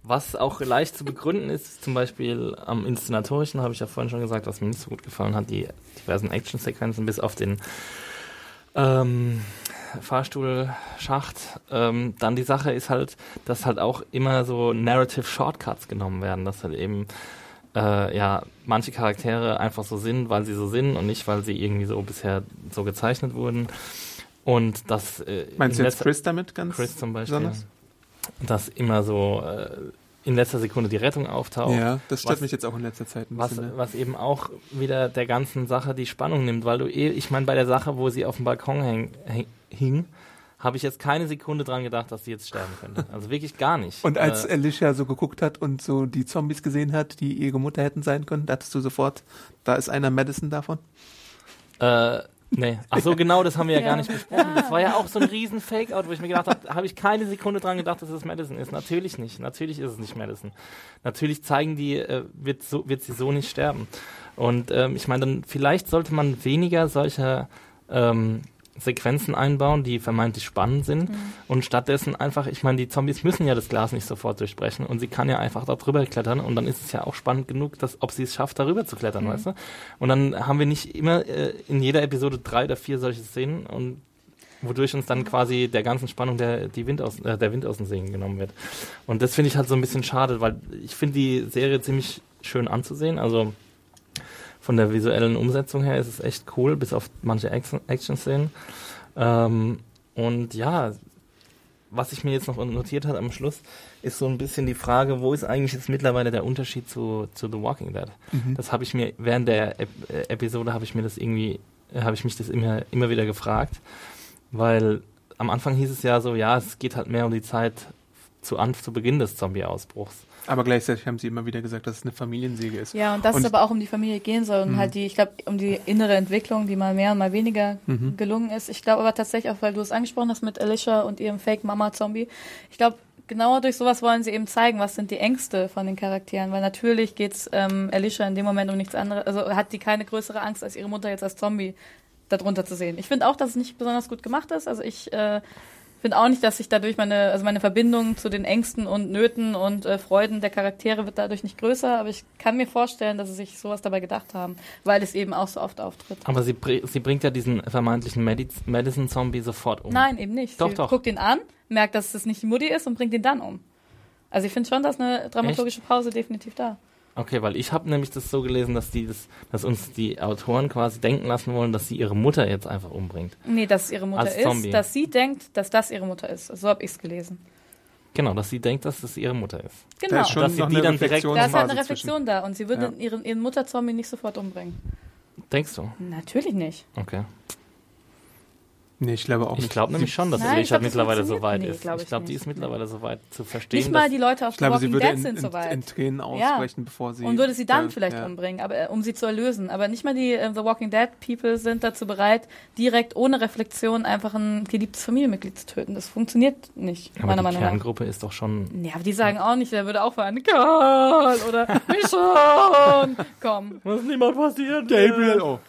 B: Was auch leicht zu begründen ist, zum Beispiel am Inszenatorischen, habe ich ja vorhin schon gesagt, was mir nicht so gut gefallen hat, die diversen Action-Sequenzen, bis auf den ähm, Fahrstuhlschacht. Ähm, dann die Sache ist halt, dass halt auch immer so Narrative Shortcuts genommen werden, dass halt eben äh, ja manche Charaktere einfach so sind, weil sie so sind und nicht, weil sie irgendwie so bisher so gezeichnet wurden. Und das äh,
A: Meinst du
B: in
A: jetzt
B: letzter-
A: Chris damit ganz
B: Chris zum Beispiel,
A: besonders?
B: dass immer so äh, in letzter Sekunde die Rettung auftaucht.
A: Ja, das stört
B: Was-
A: mich jetzt auch in letzter Zeit ein
B: Was, äh,
A: bisschen. ne?
B: was eben auch wieder der ganzen Sache die Spannung nimmt, weil du eh, ich meine, bei der Sache, wo sie auf dem Balkon häng, häng, hing, habe ich jetzt keine Sekunde dran gedacht, dass sie jetzt sterben könnte. Also wirklich gar nicht.
A: Und als
B: äh,
A: Alicia so geguckt hat und so die Zombies gesehen hat, die ihre Mutter hätten sein können, dachtest du sofort, da ist einer Madison davon?
B: äh, nee. Ach so, genau, das haben wir ja,
C: Ja.
B: gar nicht besprochen. Das war ja auch so ein riesen Fake-Out, wo ich mir gedacht habe, habe ich keine Sekunde dran gedacht, dass es Madison ist. Natürlich nicht. Natürlich ist es nicht Madison. Natürlich zeigen die, äh, wird, so, wird sie so nicht sterben. Und ähm, ich meine, dann vielleicht sollte man weniger solcher ähm, Sequenzen einbauen, die vermeintlich spannend sind. Und stattdessen einfach, ich meine, die Zombies müssen ja das Glas nicht sofort durchbrechen und sie kann ja einfach da drüber klettern und dann ist es ja auch spannend genug, dass, ob sie es schafft, darüber zu klettern, weißt du? Und dann haben wir nicht immer äh, in jeder Episode drei oder vier solche Szenen und wodurch uns dann quasi der ganzen Spannung der, die Wind aus, äh, der Wind aus den Segen genommen wird. Und das finde ich halt so ein bisschen schade, weil ich finde die Serie ziemlich schön anzusehen. Also von der visuellen Umsetzung her ist es echt cool, bis auf manche Action- Action-Szenen. Ähm, und ja, was ich mir jetzt noch notiert hat am Schluss, ist so ein bisschen die Frage, wo ist eigentlich jetzt mittlerweile der Unterschied zu, zu The Walking Dead? Das habe ich mir während der Ep äh, Episode habe ich mir das irgendwie äh, habe ich mich das immer immer wieder gefragt, weil am Anfang hieß es ja so, ja, es geht halt mehr um die Zeit zu Anf zu Beginn des Zombie-Ausbruchs.
A: Aber gleichzeitig haben sie immer wieder gesagt, dass es eine Familiensäge ist.
C: Ja, und dass
A: Und- Mhm.
C: es aber auch um die Familie gehen soll und halt die, ich glaube, um die innere Entwicklung, die mal mehr und mal weniger
A: Mhm.
C: gelungen ist. Ich glaube aber tatsächlich auch, weil du es angesprochen hast mit Alicia und ihrem Fake-Mama-Zombie. Ich glaube, genauer durch sowas wollen sie eben zeigen, was sind die Ängste von den Charakteren, weil natürlich geht's ähm, Alicia in dem Moment um nichts anderes, also hat die keine größere Angst, als ihre Mutter jetzt als Zombie darunter zu sehen. Ich finde auch, dass es nicht besonders gut gemacht ist. Also ich äh, finde auch nicht, dass ich dadurch meine, also meine Verbindung zu den Ängsten und Nöten und äh, Freuden der Charaktere wird dadurch nicht größer, aber ich kann mir vorstellen, dass sie sich sowas dabei gedacht haben, weil es eben auch so oft auftritt.
B: Aber sie, br- sie bringt ja diesen vermeintlichen Mediz- Madison-Zombie sofort um.
C: Nein, eben nicht.
B: Doch,
C: sie
B: doch.
C: guckt ihn an, merkt, dass es nicht die Mutti ist und bringt ihn dann um. Also ich finde schon, dass eine dramaturgische Pause definitiv da.
B: Okay, weil ich habe nämlich das so gelesen, dass die das, dass uns die Autoren quasi denken lassen wollen, dass sie ihre Mutter jetzt einfach umbringt.
C: Nee, dass es ihre Mutter
B: Als
C: ist,
B: Zombie.
C: dass sie denkt, dass das ihre Mutter ist. So habe ich es gelesen.
B: Genau, dass sie denkt, dass das ihre Mutter ist.
C: Genau.
A: Da ist schon
B: Dass sie
A: noch
B: die
A: eine
B: dann direkt-
A: Reflexionsphase
C: Da ist halt eine
A: zwischen.
C: Reflexion da und sie würde
A: Ja.
C: ihren, ihren Mutterzombie nicht sofort umbringen.
B: Denkst du?
C: Natürlich nicht.
B: Okay.
A: Nee, ich glaube auch
B: Ich
A: nicht.
B: glaube nämlich
A: Sie-
B: schon, dass
C: Nein, ich
B: Alicia
C: glaub, das
B: mittlerweile so weit
C: funktioniert- Nee,
B: ist.
C: glaub
B: ich
C: ich
B: glaube, die
C: nicht.
B: ist mittlerweile so weit zu verstehen,
C: Nicht mal
B: dass-
C: die Leute auf
A: Ich glaube,
C: Walking
A: sie würde
C: Dead
A: in,
C: sind
A: in,
C: soweit.
A: in Tränen ausbrechen, bevor sie.
C: Und würde sie dann
A: Ja,
C: vielleicht
A: ja.
C: umbringen, aber äh, um sie zu erlösen. Aber nicht mal die äh, The Walking Dead People sind dazu bereit, direkt ohne Reflexion einfach ein geliebtes Familienmitglied zu töten. Das funktioniert nicht,
B: aber
C: meiner
B: die
C: Meinung nach.
B: Kerngruppe ist doch schon.
C: Ja, aber die sagen auch nicht, der würde auch fahren. Karl oder Michonne, komm.
B: Was ist niemand passiert?
A: Gabriel, oh.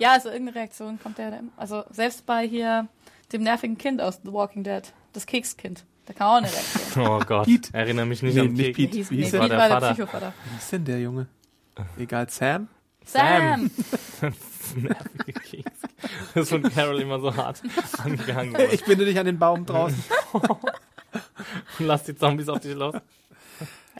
C: Ja, also irgendeine Reaktion kommt der. Also selbst bei hier dem nervigen Kind aus The Walking Dead, das Kekskind, da kam auch eine Reaktion.
B: Oh Gott.
A: Pete.
B: Erinnere mich nicht
A: Nee,
B: an
A: nicht
B: Kick.
A: Pete.
C: Der hieß,
A: Wie
C: nee,
A: hieß
C: Pete
B: er? War
C: war
B: der
C: der
B: Vater.
C: Psychovater.
A: Wie ist denn der Junge? Egal, Sam?
C: Sam!
B: Nervige Keks. Das ist von Carol immer so hart angegangen. worden.
A: Ich binde dich an den Baum draußen.
B: Lass die Zombies auf dich los.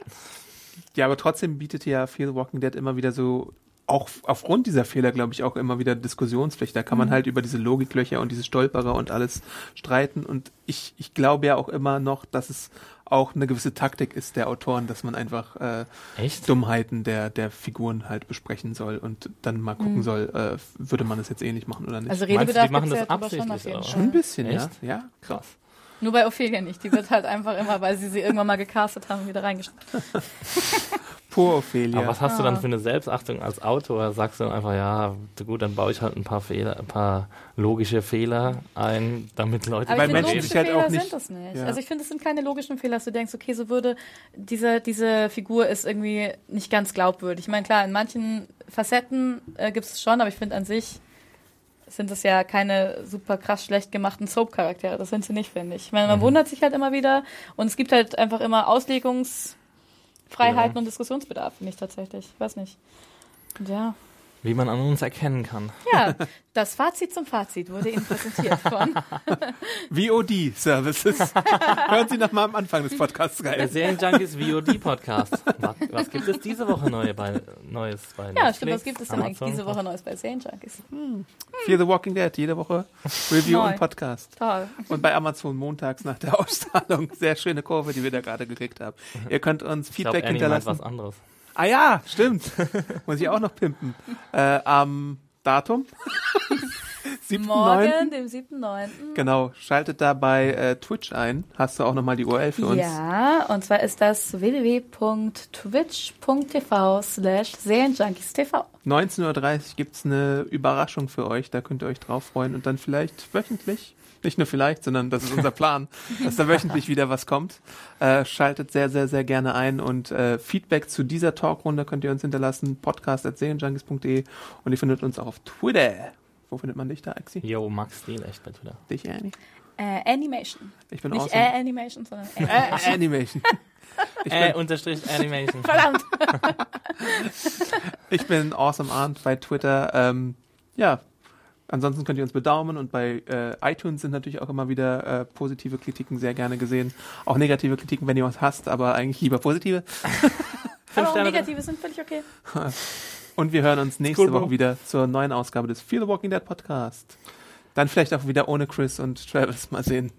A: Ja, aber trotzdem bietet ja Fear the Walking Dead immer wieder so, auch aufgrund dieser Fehler, glaube ich, auch immer wieder Diskussionsfläche. Da kann
C: Mhm.
A: man halt über diese Logiklöcher und diese Stolperer und alles streiten. Und ich, ich glaube ja auch immer noch, dass es auch eine gewisse Taktik ist der Autoren, dass man einfach äh,
B: Echt?
A: Dummheiten der, der Figuren halt besprechen soll und dann mal gucken soll, äh, würde man es jetzt ähnlich machen oder nicht.
C: Hm. Also
B: die
C: Redebedarf
B: machen das
C: gibt's ja aber schon auf
B: absichtlich,
C: jeden
B: oder?
C: Fall.
A: Schon ein bisschen,
B: Echt?
A: ja. Ja,
B: Krass.
C: Nur bei Ophelia nicht. Die wird halt einfach immer, weil sie sie irgendwann mal gecastet haben, wieder reingeschrieben.
A: Poor Ophelia.
B: Aber was hast du dann für eine Selbstachtung als Autor? Sagst du dann einfach, ja, gut, dann baue ich halt ein paar Fehler, ein paar logische Fehler ein, damit Leute.
C: Aber
A: Weil
C: ich finde,
A: Menschen
C: logische
A: sich halt
C: Fehler
A: auch nicht-
C: sind das nicht.
A: Ja.
C: Also ich finde, es sind keine logischen Fehler, dass du denkst, okay, so würde diese, diese Figur ist irgendwie nicht ganz glaubwürdig. Ich meine, klar, in manchen Facetten äh, gibt es schon, aber ich finde an sich sind das ja keine super krass schlecht gemachten Soap-Charaktere. Das sind sie nicht, finde ich. Ich
A: Mhm.
C: meine, man wundert sich halt immer wieder und es gibt halt einfach immer Auslegungsfreiheiten
B: Ja.
C: und Diskussionsbedarf, finde ich tatsächlich. Ich weiß nicht. Und ja.
B: Wie man an uns erkennen kann.
C: Ja, das Fazit zum Fazit wurde Ihnen präsentiert von.
A: VOD-Services. Hören Sie nochmal am Anfang des Podcasts
B: Der
A: rein.
B: Serienjunkies VOD Podcast. Was, was gibt es diese Woche neue bei, Neues bei
C: Ja,
B: Netflix,
C: stimmt, was gibt es denn eigentlich
B: Amazon?
C: diese Woche Neues bei Serien Junkies?
A: Fear the Walking Dead, jede Woche Review
C: Neu.
A: und Podcast.
C: Toll.
A: Und bei Amazon montags nach der Ausstrahlung. Sehr schöne Kurve, die wir da gerade gekriegt haben. Ihr könnt uns
B: Ich glaube,
A: Feedback
B: Annie meint was
A: hinterlassen.
B: anderes.
A: Ah ja, stimmt. Muss ich auch noch pimpen. Äh, am Datum? 7.9.
C: Morgen, dem 7.9.
A: Genau, schaltet da bei äh, Twitch ein. Hast du auch nochmal die URL für uns?
C: Ja, und zwar ist das www.twitch.tv slash serienjunkies.tv.
A: 19.30 Uhr gibt's eine Überraschung für euch, da könnt ihr euch drauf freuen und dann vielleicht wöchentlich, nicht nur vielleicht, sondern das ist unser Plan, dass da wöchentlich wieder was kommt. Äh, schaltet sehr, sehr, sehr gerne ein und äh, Feedback zu dieser Talkrunde könnt ihr uns hinterlassen, podcast.serienjunkies.de und ihr findet uns auch auf Twitter. Wo findet man dich da, Axi?
B: Yo, Max Deal, echt bei Twitter.
A: Dich, Annie?
C: Äh, Animation.
A: Ich bin
C: Nicht
A: awesome.
C: äh, Animation, sondern äh.
A: Äh, Animation. Ich
B: Äh,
A: bin,
B: unterstrich Animation.
C: Verdammt.
A: ich bin awesome Arndt bei Twitter. Ähm, ja, ansonsten könnt ihr uns bedaumen und bei äh, iTunes sind natürlich auch immer wieder äh, positive Kritiken sehr gerne gesehen. Auch negative Kritiken, wenn ihr was hasst, aber eigentlich lieber positive.
C: Aber auch
B: Sterne.
C: Negative sind völlig okay.
A: Und wir hören uns nächste
B: Cool, Bro.
A: Woche wieder zur neuen Ausgabe des Fear the Walking Dead Podcast. Dann vielleicht auch wieder ohne Chris und Travis mal sehen.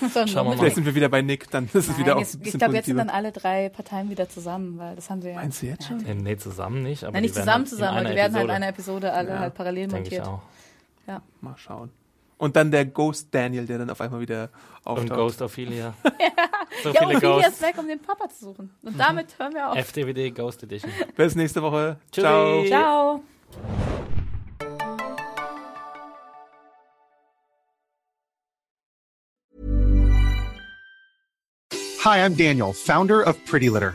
C: Sondern
B: Schauen wir mal.
A: Vielleicht sind wir wieder bei Nick, dann ist es wieder auch
C: Nein,
A: ein
C: jetzt,
A: bisschen
C: ich glaube, jetzt sind
A: positiver.
C: dann alle drei Parteien wieder zusammen, weil das haben sie ja.
A: Meinst du jetzt schon?
B: Äh, nee, zusammen nicht. Aber
C: Nein, nicht
B: die werden
C: zusammen
B: halt in
C: zusammen, aber
B: einer
C: die werden halt
B: Episode,
C: in einer Episode alle
A: Ja,
C: halt parallel
B: Denke ich
C: montiert.
B: auch.
A: Mal schauen. Und dann der Ghost Daniel, der dann auf einmal wieder
B: Und
A: auftaucht.
B: Ghost Ophelia. so
C: Ja,
B: viele
C: und Ophelia ist
B: Ghosts. Mhm.
C: weg, um den Papa zu suchen. Und damit hören wir auf.
B: FDWD Ghost Edition.
A: Bis nächste Woche.
B: Tschüssi.
A: Ciao.
C: Ciao.
E: Hi, I'm Daniel, founder of Pretty Litter.